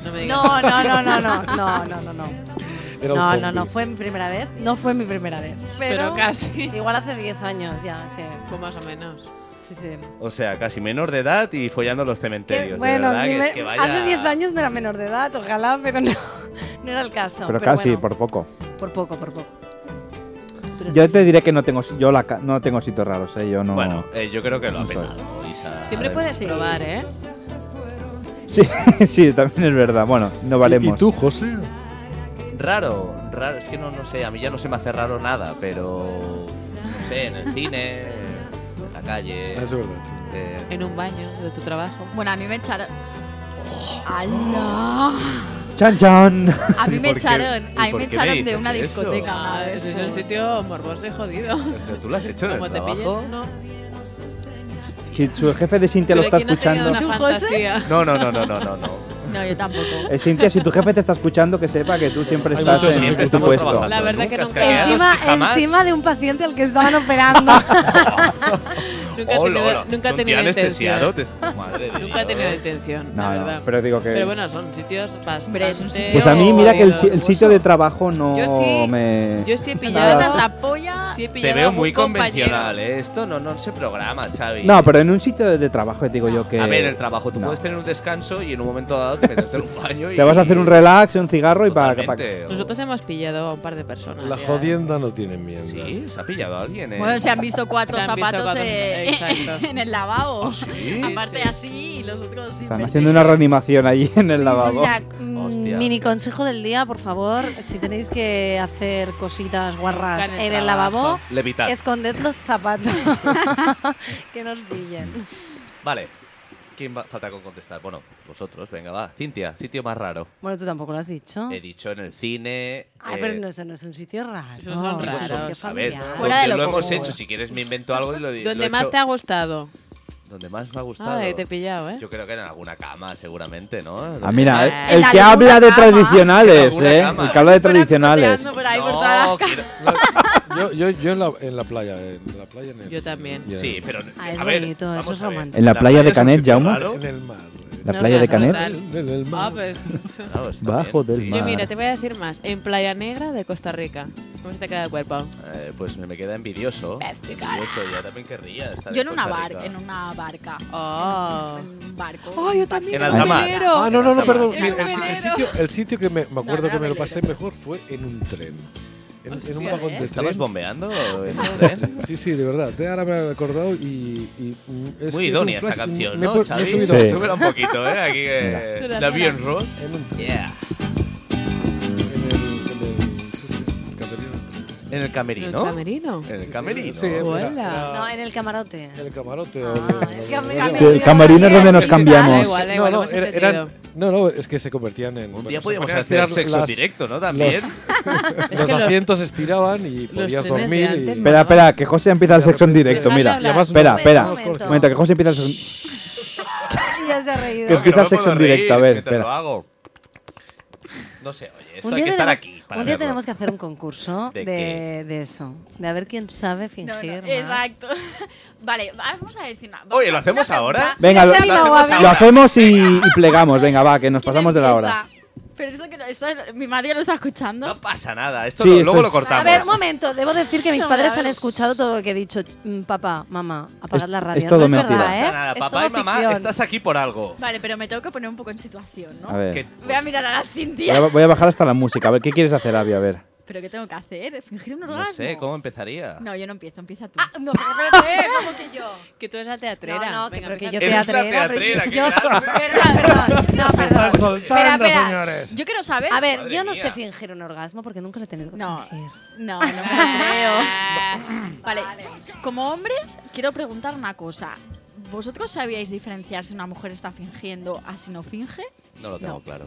No me digas. No, no, no, no, no, no, no, no, no. Era un No, no, zombie. no, fue mi primera vez. No fue mi primera vez. Pero, Pero casi. Igual hace 10 años ya, sí. Pues más o menos. sí, sí. O sea, casi menor de edad y follando los cementerios. Que, de bueno, verdad, sí que me- es que vaya- hace 10 años no era menor de edad, ojalá, pero no, [laughs] no era el caso. Pero casi, bueno, por poco. por poco, por poco. Pero Yo sí, te sí. diré que no tengo, yo la, ca- no tengo sitios raros, ¿eh? Yo no. Bueno, eh, yo creo que lo ha No sé. petado, Isa. Siempre Además, puedes probar, ¿eh? Sí, [laughs] sí, también es verdad. Bueno, no ¿Y, valemos. y tú, José? Raro, raro, es que no, no sé, a mí ya no se me hace raro nada, pero no sé, en el cine, en la calle. Ah, es verdad. sí. eh, En un baño de tu trabajo. Bueno, a mí me echaron. ¡Hala! Chan, chan. [laughs] A mí me ¿Por qué? echaron, ¿Y a mí por me qué echaron me de una dices eso? discoteca. Ah, ¿sabes? eso es un sitio morboso y jodido. pero ¿Tú lo has hecho en Como el te trabajo? pillen, no. Si su jefe de Cintia lo Pero está ¿quién no ha escuchando. tenido una ¿Tú, José? fantasía? No, no, no, no, no, no. no. No, [laughs] yo tampoco. Eh, Cintia, si tu jefe te está escuchando, que sepa que tú siempre Hay estás muchos en siempre, tu estamos puesto. trabajando. La verdad Nunca que has nunca. cagado, Encima, y jamás. encima de un paciente al que estaban operando. Nunca he Hola, tenido, hola. nunca he ¿Tú te tenido han anestesiado? intención. Te- Madre de Nunca he Dios. tenido intención, la No, no, verdad. pero digo que. Pero bueno, son sitios bastante. Hombre, es un sitio- pues a mí, mira que el, si- el jodidos. sitio de trabajo no Yo sí- me. Yo sí he Me Nada. llevas pillado. la polla. Sí he pillado Te a veo algún muy compañero. convencional, ¿eh? Esto no, no se programa, Xavi. No, pero en un sitio de trabajo eh, digo yo que. A ver, el trabajo. Tú no. puedes tener un descanso y en un momento dado te metes en [laughs] un baño y... Te vas a hacer un relax, un cigarro y para. Totalmente, o- Nosotros hemos pillado a un par de personas. ¿eh? La ya. jodienda no tiene enmienda. Sí, se ha pillado a alguien, ¿eh? Bueno, se han visto cuatro Se han visto zapatos cuatro, eh, exacto. [laughs] en el lavabo. ¿Sí? Aparte Sí, sí. así y los otros sin Están vestirse. haciendo una reanimación allí en el lavabo. O sea, mm, Hostia. mini consejo del día, por favor, si tenéis que hacer cositas guarras Buscar en el en el trabajo. lavabo, Levitar. [laughs] esconded los zapatos que nos pillen. Vale. ¿Quién va- falta con contestar? Bueno, vosotros, venga, va. Cintia, sitio más raro. Bueno, tú tampoco lo has dicho. He dicho en el cine. Ah, eh, pues, pero no, eso no es un sitio raro. Eso no son es un raros. sitio A ver, familiar. Fuera de donde lo lo, hemos común. hecho. Si quieres, me invento algo y lo digo. Donde más te ha gustado. Donde más me ha gustado. Ay, te he pillado, ¿eh? Yo creo que en alguna cama, seguramente, ¿no? Ah, mira, Ah, es- En el que alguna habla de cama. tradicionales, En alguna ¿eh? cama. El que habla de tradicionales. Pateando por ahí por no, todas las quiero- Yo, yo, yo en, la, en la playa. En la playa en el, Yo también. Ya. Sí, pero. Ah, es a ver, bonito, eso vamos es a ver. romántico. En la playa de es un Canet, sitio Jaume. raro. En el mar. eh. La No, playa de claro, Canet. total. En, en el Ah, mar. pues. Claro, está Bajo bien, del sí. mar. Yo, mira, te voy a decir más. En Playa Negra de Costa Rica. ¿Cómo se te queda el cuerpo? Eh, pues me, me queda envidioso. Péstica. Envidioso, yo también querría. estar Yo en una, Costa bar, Rica. en una barca. Oh. En un barco. Oh, yo también. En alta mar. velero. Ah, no, no, no, perdón. En Mira, el, si- velero. el sitio, el sitio que me, me acuerdo era que me velero. lo pasé mejor fue en un tren. En, en un Hostia, vagón ¿eh? de ¿Estabas tren. bombeando en el tren? Sí, sí, de verdad. eh, Ahora me he acordado y. y, mm, es Muy que es idónea un esta flash. canción, Me he ¿no, pu- Xavi? Me he subido. Sí. Súbela un poquito, ¿eh? Aquí que... Mira. La vi en Ross. En un tren. Yeah. En el. En el. sí, sí, Camerino del tren. En el ¿El camerino. camerino? En el camerino. Sí, era- Hola. era- No, en el camarote. en el camarote. Ah, o en el o cam- en cam- Sí, el camarín es donde nos Da Da cambiamos. igual, da igual, no, no, no, hemos era- entendido. eran, no, no, es que se convertían en. Un bueno, día se podíamos ponían a hacer estirar sexo en las- directo, ¿no? También. Es Los que los- asientos se estiraban y podías trenes de dormir. antes y- no- Espera, espera, que José empieza el sexo en directo, Dejadle mira. hablar. Espera, Un espera. momento, un Un momento. momento, que José empieza el sexo. [laughs] ya se ha Que reído. No, que empieza no el me sexo puedo en directo, a reír, ver, que te lo espera. hago. No sé, oye, esto Un hay día, que estar tenemos, aquí. para un día verlo. tenemos que hacer un concurso ¿De de, qué? de eso. De a ver quién sabe fingir. No, no, más. exacto. [laughs] Vale, vamos a decir una. Oye, ¿lo hacemos ahora? Venga, lo, Se lo hacemos lo ahora. hacemos y, y plegamos. Venga, va, que nos pasamos de la hora. Pero esto que no, esto, mi madre lo está escuchando. No pasa nada, esto Sí, lo- esto luego es- lo cortamos. A ver, un momento. Debo decir que mis No, a padres ver. han escuchado todo lo que he dicho. Ch- mm, Papá, mamá, apagad Es- la es radio. todo no es mentira. No verdad, pasa ¿eh? nada, Es papá y todo mamá, ficción. estás aquí por algo. Vale, pero me tengo que poner un poco en situación, ¿no? A ver. Que- Voy a mirar a la Cintia. Voy a, voy a bajar hasta la música. A ver, ¿qué quieres hacer, Avi? A ver. ¿Pero qué tengo que hacer? ¿Fingir un orgasmo? no sé, ¿cómo empezaría? No, yo no empiezo, empieza tú. Ah, [laughs] no, pero espérate, ¿cómo que yo? Que tú eres la teatrera. No, no, que Venga, creo que yo fíjate. Eres una teatrera. pero teatrera, yo- qué yo- grande. Perdón, perdón. No, perdón. Espera, soltando, espera. señores. Yo quiero saber. A ver, Madre yo no mía. sé fingir un orgasmo porque nunca lo he tenido que No, fingir. no, no me lo creo. vale, como hombres, quiero preguntar una cosa. ¿Vosotros sabíais diferenciar si una mujer está fingiendo a si no finge? No lo tengo claro.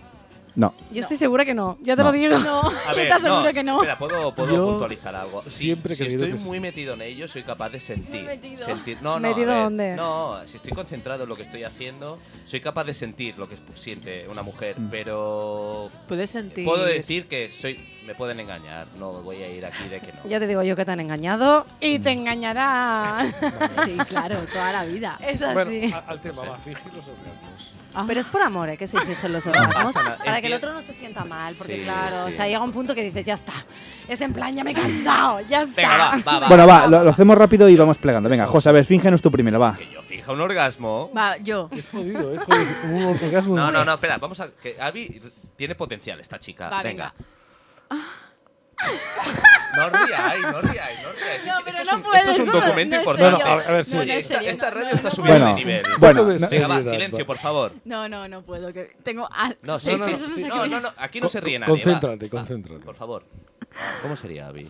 No. Yo estoy segegura que no, ya te lo digo. No. [laughs] A Yo ver, te aseguro no, que no. Espera, puedo, puedo Yo puntualizar algo. Sí, siempre he si creído estoy que muy sí. metido en ello, soy capaz de sentir. metido. sentir no, no, a ¿Metido ver, dónde? No, si estoy concentrado en lo que estoy haciendo, soy capaz de sentir lo que siente una mujer, Mm. pero Puedes sentir. puedo decir que soy me pueden engañar, no voy a ir aquí de que no. Ya te digo yo que te han engañado y te engañarán. Sí, claro, toda la vida. es Bueno, así. a- al tema, va, fingir los orgasmos. Pero es por amor, ¿eh? Que se fingen los orgasmos. pasa nada. para que el Enti- otro no se sienta mal, porque Sí, claro, sí. o sea, llega un punto que dices, ya está. Es en plan, ya me he cansado, ya está. Venga, va, va, va. Bueno, va, lo, lo hacemos rápido y vamos plegando. Venga, José, a ver, fíngenos tú primero, va. Que yo fija un orgasmo. Va, yo. Es jodido, es jodido. Un orgasmo. No, no, no, espera, vamos a que Abby tiene potencial esta chica. Va, venga. venga. No ríais, no ríais, no ríais. No, Es- pero esto es no un- puedes, Esto es un no, documento no sé importante. yo. No, no, a ver, sí. No, no, en Esta- serio, Esta no, radio no, está no subiendo puedo. de nivel. Bueno, Poco de no- Venga, va, seriedad, silencio, va. por favor. No, no, no puedo. Que tengo a No, seis no, no, personas sí, aquí. no, no, no, aquí no Con- se ríe nadie. concéntrate, va. Va, concéntrate. por favor. ¿Cómo sería, Abby?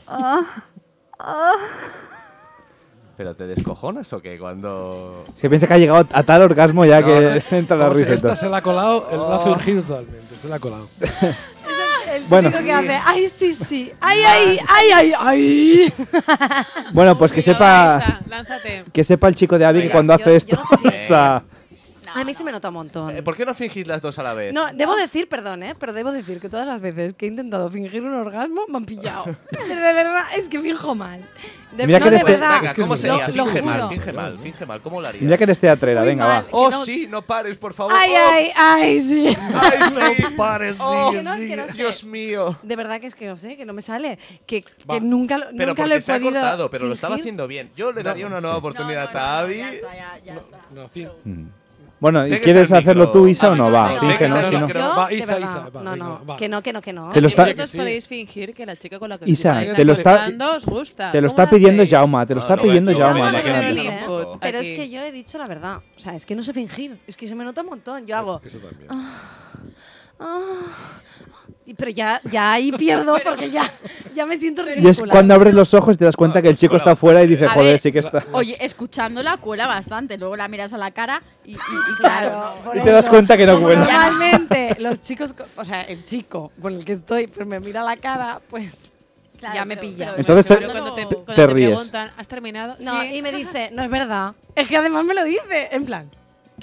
¿Pero te descojonas o qué cuando...? Se piensa que ha llegado a tal orgasmo ya que [laughs] entra la Vamos, risa. y Esta todo. se la ha colado, el lazo urgido totalmente. Se la ha colado. El Bueno. chico que hace, ay, sí, sí, ay, ay, ay, ay, ay. Bueno, pues que Venga, va, sepa Isa, lánzate. que sepa el chico de Avi que Venga, cuando yo- hace yo esto no sé fingir. está... A mí se me nota un montón. Eh, ¿Por qué no fingís las dos a la vez? No, debo decir, perdón, ¿eh? pero debo decir que todas las veces que he intentado fingir un orgasmo me han pillado. [laughs] Pero de verdad, es que finjo mal. De, Mira no, que este- de eres- Pues, verdad. venga, ¿cómo Lo- sería? Lo, finge mal, juro. finge mal, finge mal. ¿Cómo lo harías? Mira que eres teatrera, Muy venga, va. mal. ¡Oh, que no- sí! ¡No pares, por favor! Ay, ¡Oh! ay, ay, sí. ¡Ay, sí! pares, Oh, Que no, que no sé. ¡Dios mío! De verdad que es que no sé, que no me sale. Que, que Va. nunca, lo- Pero nunca porque lo he se ha podido. cortado, pero lo estaba fingir. haciendo bien. Yo le daría no una nueva sé. oportunidad no, a no, Abby. ya está, ya, ya está. No, cien- Bueno, ¿y Pégase quieres al hacerlo micro. tú, Isa, o no? No, Va, no, Venga, fíjense, no, si Ah, no. no. Yo, Va, de Isa, verdad, Isa, va, no, venga, no, va. que no, que no, que no. Te lo está- Vosotros Sí. podéis fingir que la chica con la que Isa, estáis te lo está- actuando os gusta. Te lo ¿Cómo está lo pidiendo hacéis? Jauma, te lo Ah, está no, pidiendo esto- Jauma. Vamos a poner imagínate. el ¿eh? input Pero es aquí. que yo he dicho la verdad. O sea, es que no sé fingir. Es que se me nota un montón. Yo hago. Eso también. "Ah, Y- Pero ya, ya ahí pierdo porque ya, ya me siento Y ridícula. es cuando abres los ojos y te das cuenta que el chico está fuera y dice, A joder, ver, sí que está. Oye, escuchándola cuela bastante. Luego la miras a la cara y, y- y Claro, claro. por Y te das eso. cuenta que no Como cuela. Normalmente los chicos, co- o sea, el chico con el que estoy, pues me mira la cara, pues Claro, ya me pero- pilla. pero Entonces bueno, te- cuando te, pero- cuando te te ríes. preguntan, ¿has terminado? no, Sí. y me dice, no es verdad. Es que además me lo dice, en plan,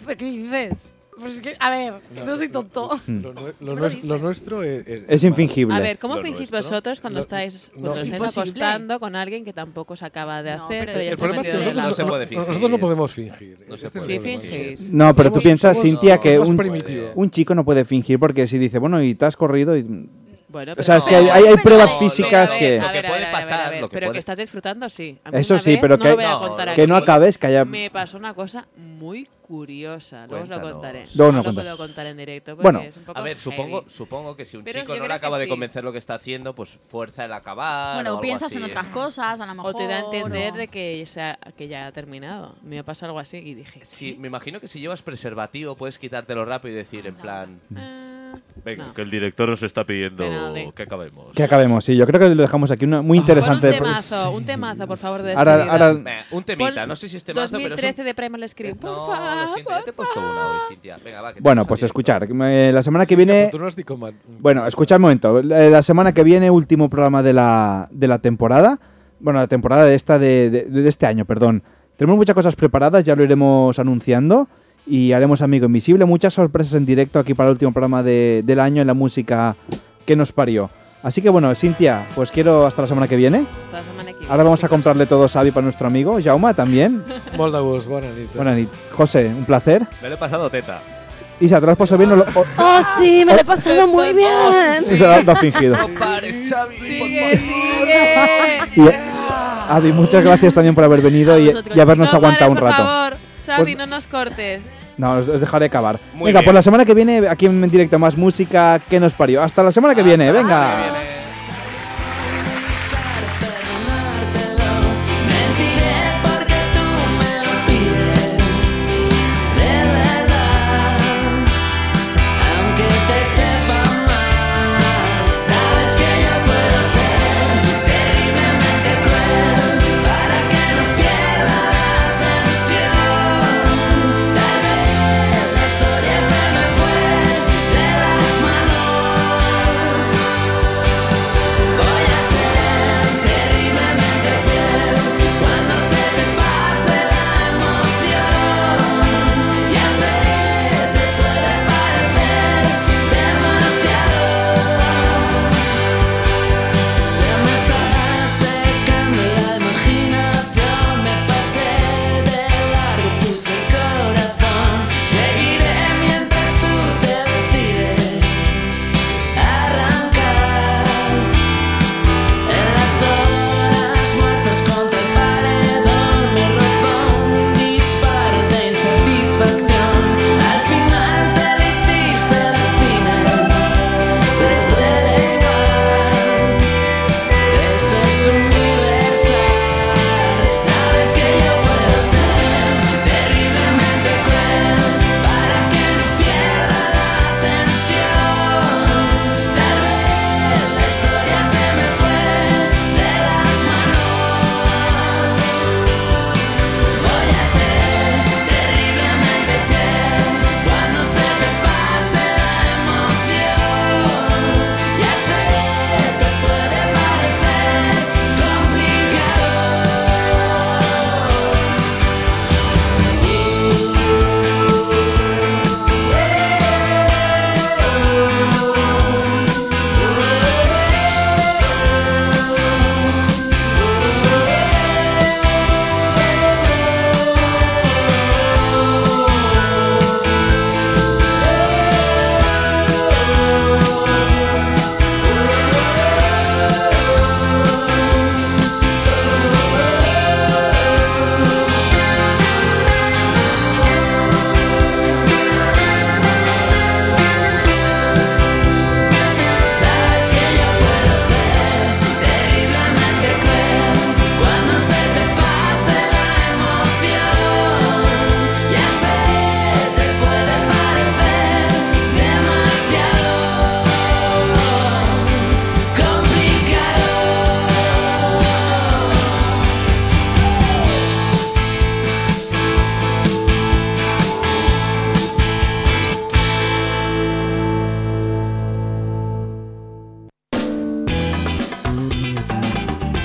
¿qué, qué dices? Pues es que, a ver, no, soy tonto. Lo, nue- lo lo nues- dice. lo nuestro es. Es, Es infingible. A ver, ¿cómo Lo fingís nuestro. vosotros cuando Lo- estáis, no, cuando es estáis imposible. acostando con alguien que tampoco se acaba de No, hacer? pero pero ya es- El estáis problema es que metidos en nosotros el no, se agua? puede no- fingir. nosotros no podemos fingir. No se Este es puede Sí, el problema. fingís. No, pero tú Somos- piensas, somos- Cintia, que somos un, primitivo. un chico no puede fingir porque si dice, bueno, y te has corrido y... Bueno, O sea, es que pero- hay, hay Pero- pruebas pero- físicas pero- que... Lo que puede pasar, lo que pero puede- que estás disfrutando, sí. A mí Eso una sí, vez, pero no que, lo voy a No, contar que aquí. no acabes, que haya... Me pasó una cosa muy curiosa. Luego os lo Cuéntanos. contaré. Luego nos lo cuentas. puedo contar en directo. porque Bueno. es un poco A ver, heavy. supongo, supongo que si un Pero chico yo no le creo acaba que de sí. convencer lo que está haciendo, pues fuerza el acabar. o Bueno, algo piensas en así. ¿eh? otras cosas, a lo mejor. O te da a entender o- de que, sea- que ya ha terminado. Me pasó algo así y dije. Sí, me imagino que si llevas preservativo puedes quitártelo rápido y decir en plan... "Ah". Venga, No. que el director nos está pidiendo Pero de- que acabemos. Que acabemos, sí. Yo creo que lo dejamos aquí. Una, muy interesante... pues, Pon un temazo, un temazo, por favor, de Ahora- despedida. ahora- Venga, un temita, Pon no sé si es temazo, pero es un- Eh, 2013 de Primal Scream. Por no, lo favor. siento, ya te he puesto una hoy, Cintia. Venga, va, que te Bueno, vas pues a escuchar. directo. eh, La semana que Sí, viene... pero pues tú no has dicho ma- Bueno, escucha un momento. Eh, La semana que viene, último programa de la, de la temporada. Bueno, la temporada de esta de, de- de este año, perdón. Tenemos muchas cosas preparadas, ya lo iremos anunciando. Y haremos Amigo Invisible, muchas sorpresas en directo aquí para el último programa de- del año en la música que nos parió. Así que bueno, Cintia, pues quiero hasta la semana que viene. Hasta la semana que viene, Ahora vamos a chicos. comprarle todo Xavi para nuestro amigo, Jauma también. Molt de gust, bona nit. Bueno, y José, un placer. Me lo he pasado teta. Y si atrás pasó bien, no lo, [laughs] o- ¡Oh, sí! ¡Me lo he pasado muy bien! se lo- lo ha fingido. Sigue, sigue. Y, Avi, muchas gracias también por haber venido A y, vosotros, y habernos No aguantado pares, un rato. Por favor, Xavi, Pues- no nos cortes. No, os, os dejaré acabar. venga, Muy pues bien. por la semana que viene, aquí en directo más música que nos parió. Hasta la semana que viene, venga. Viene.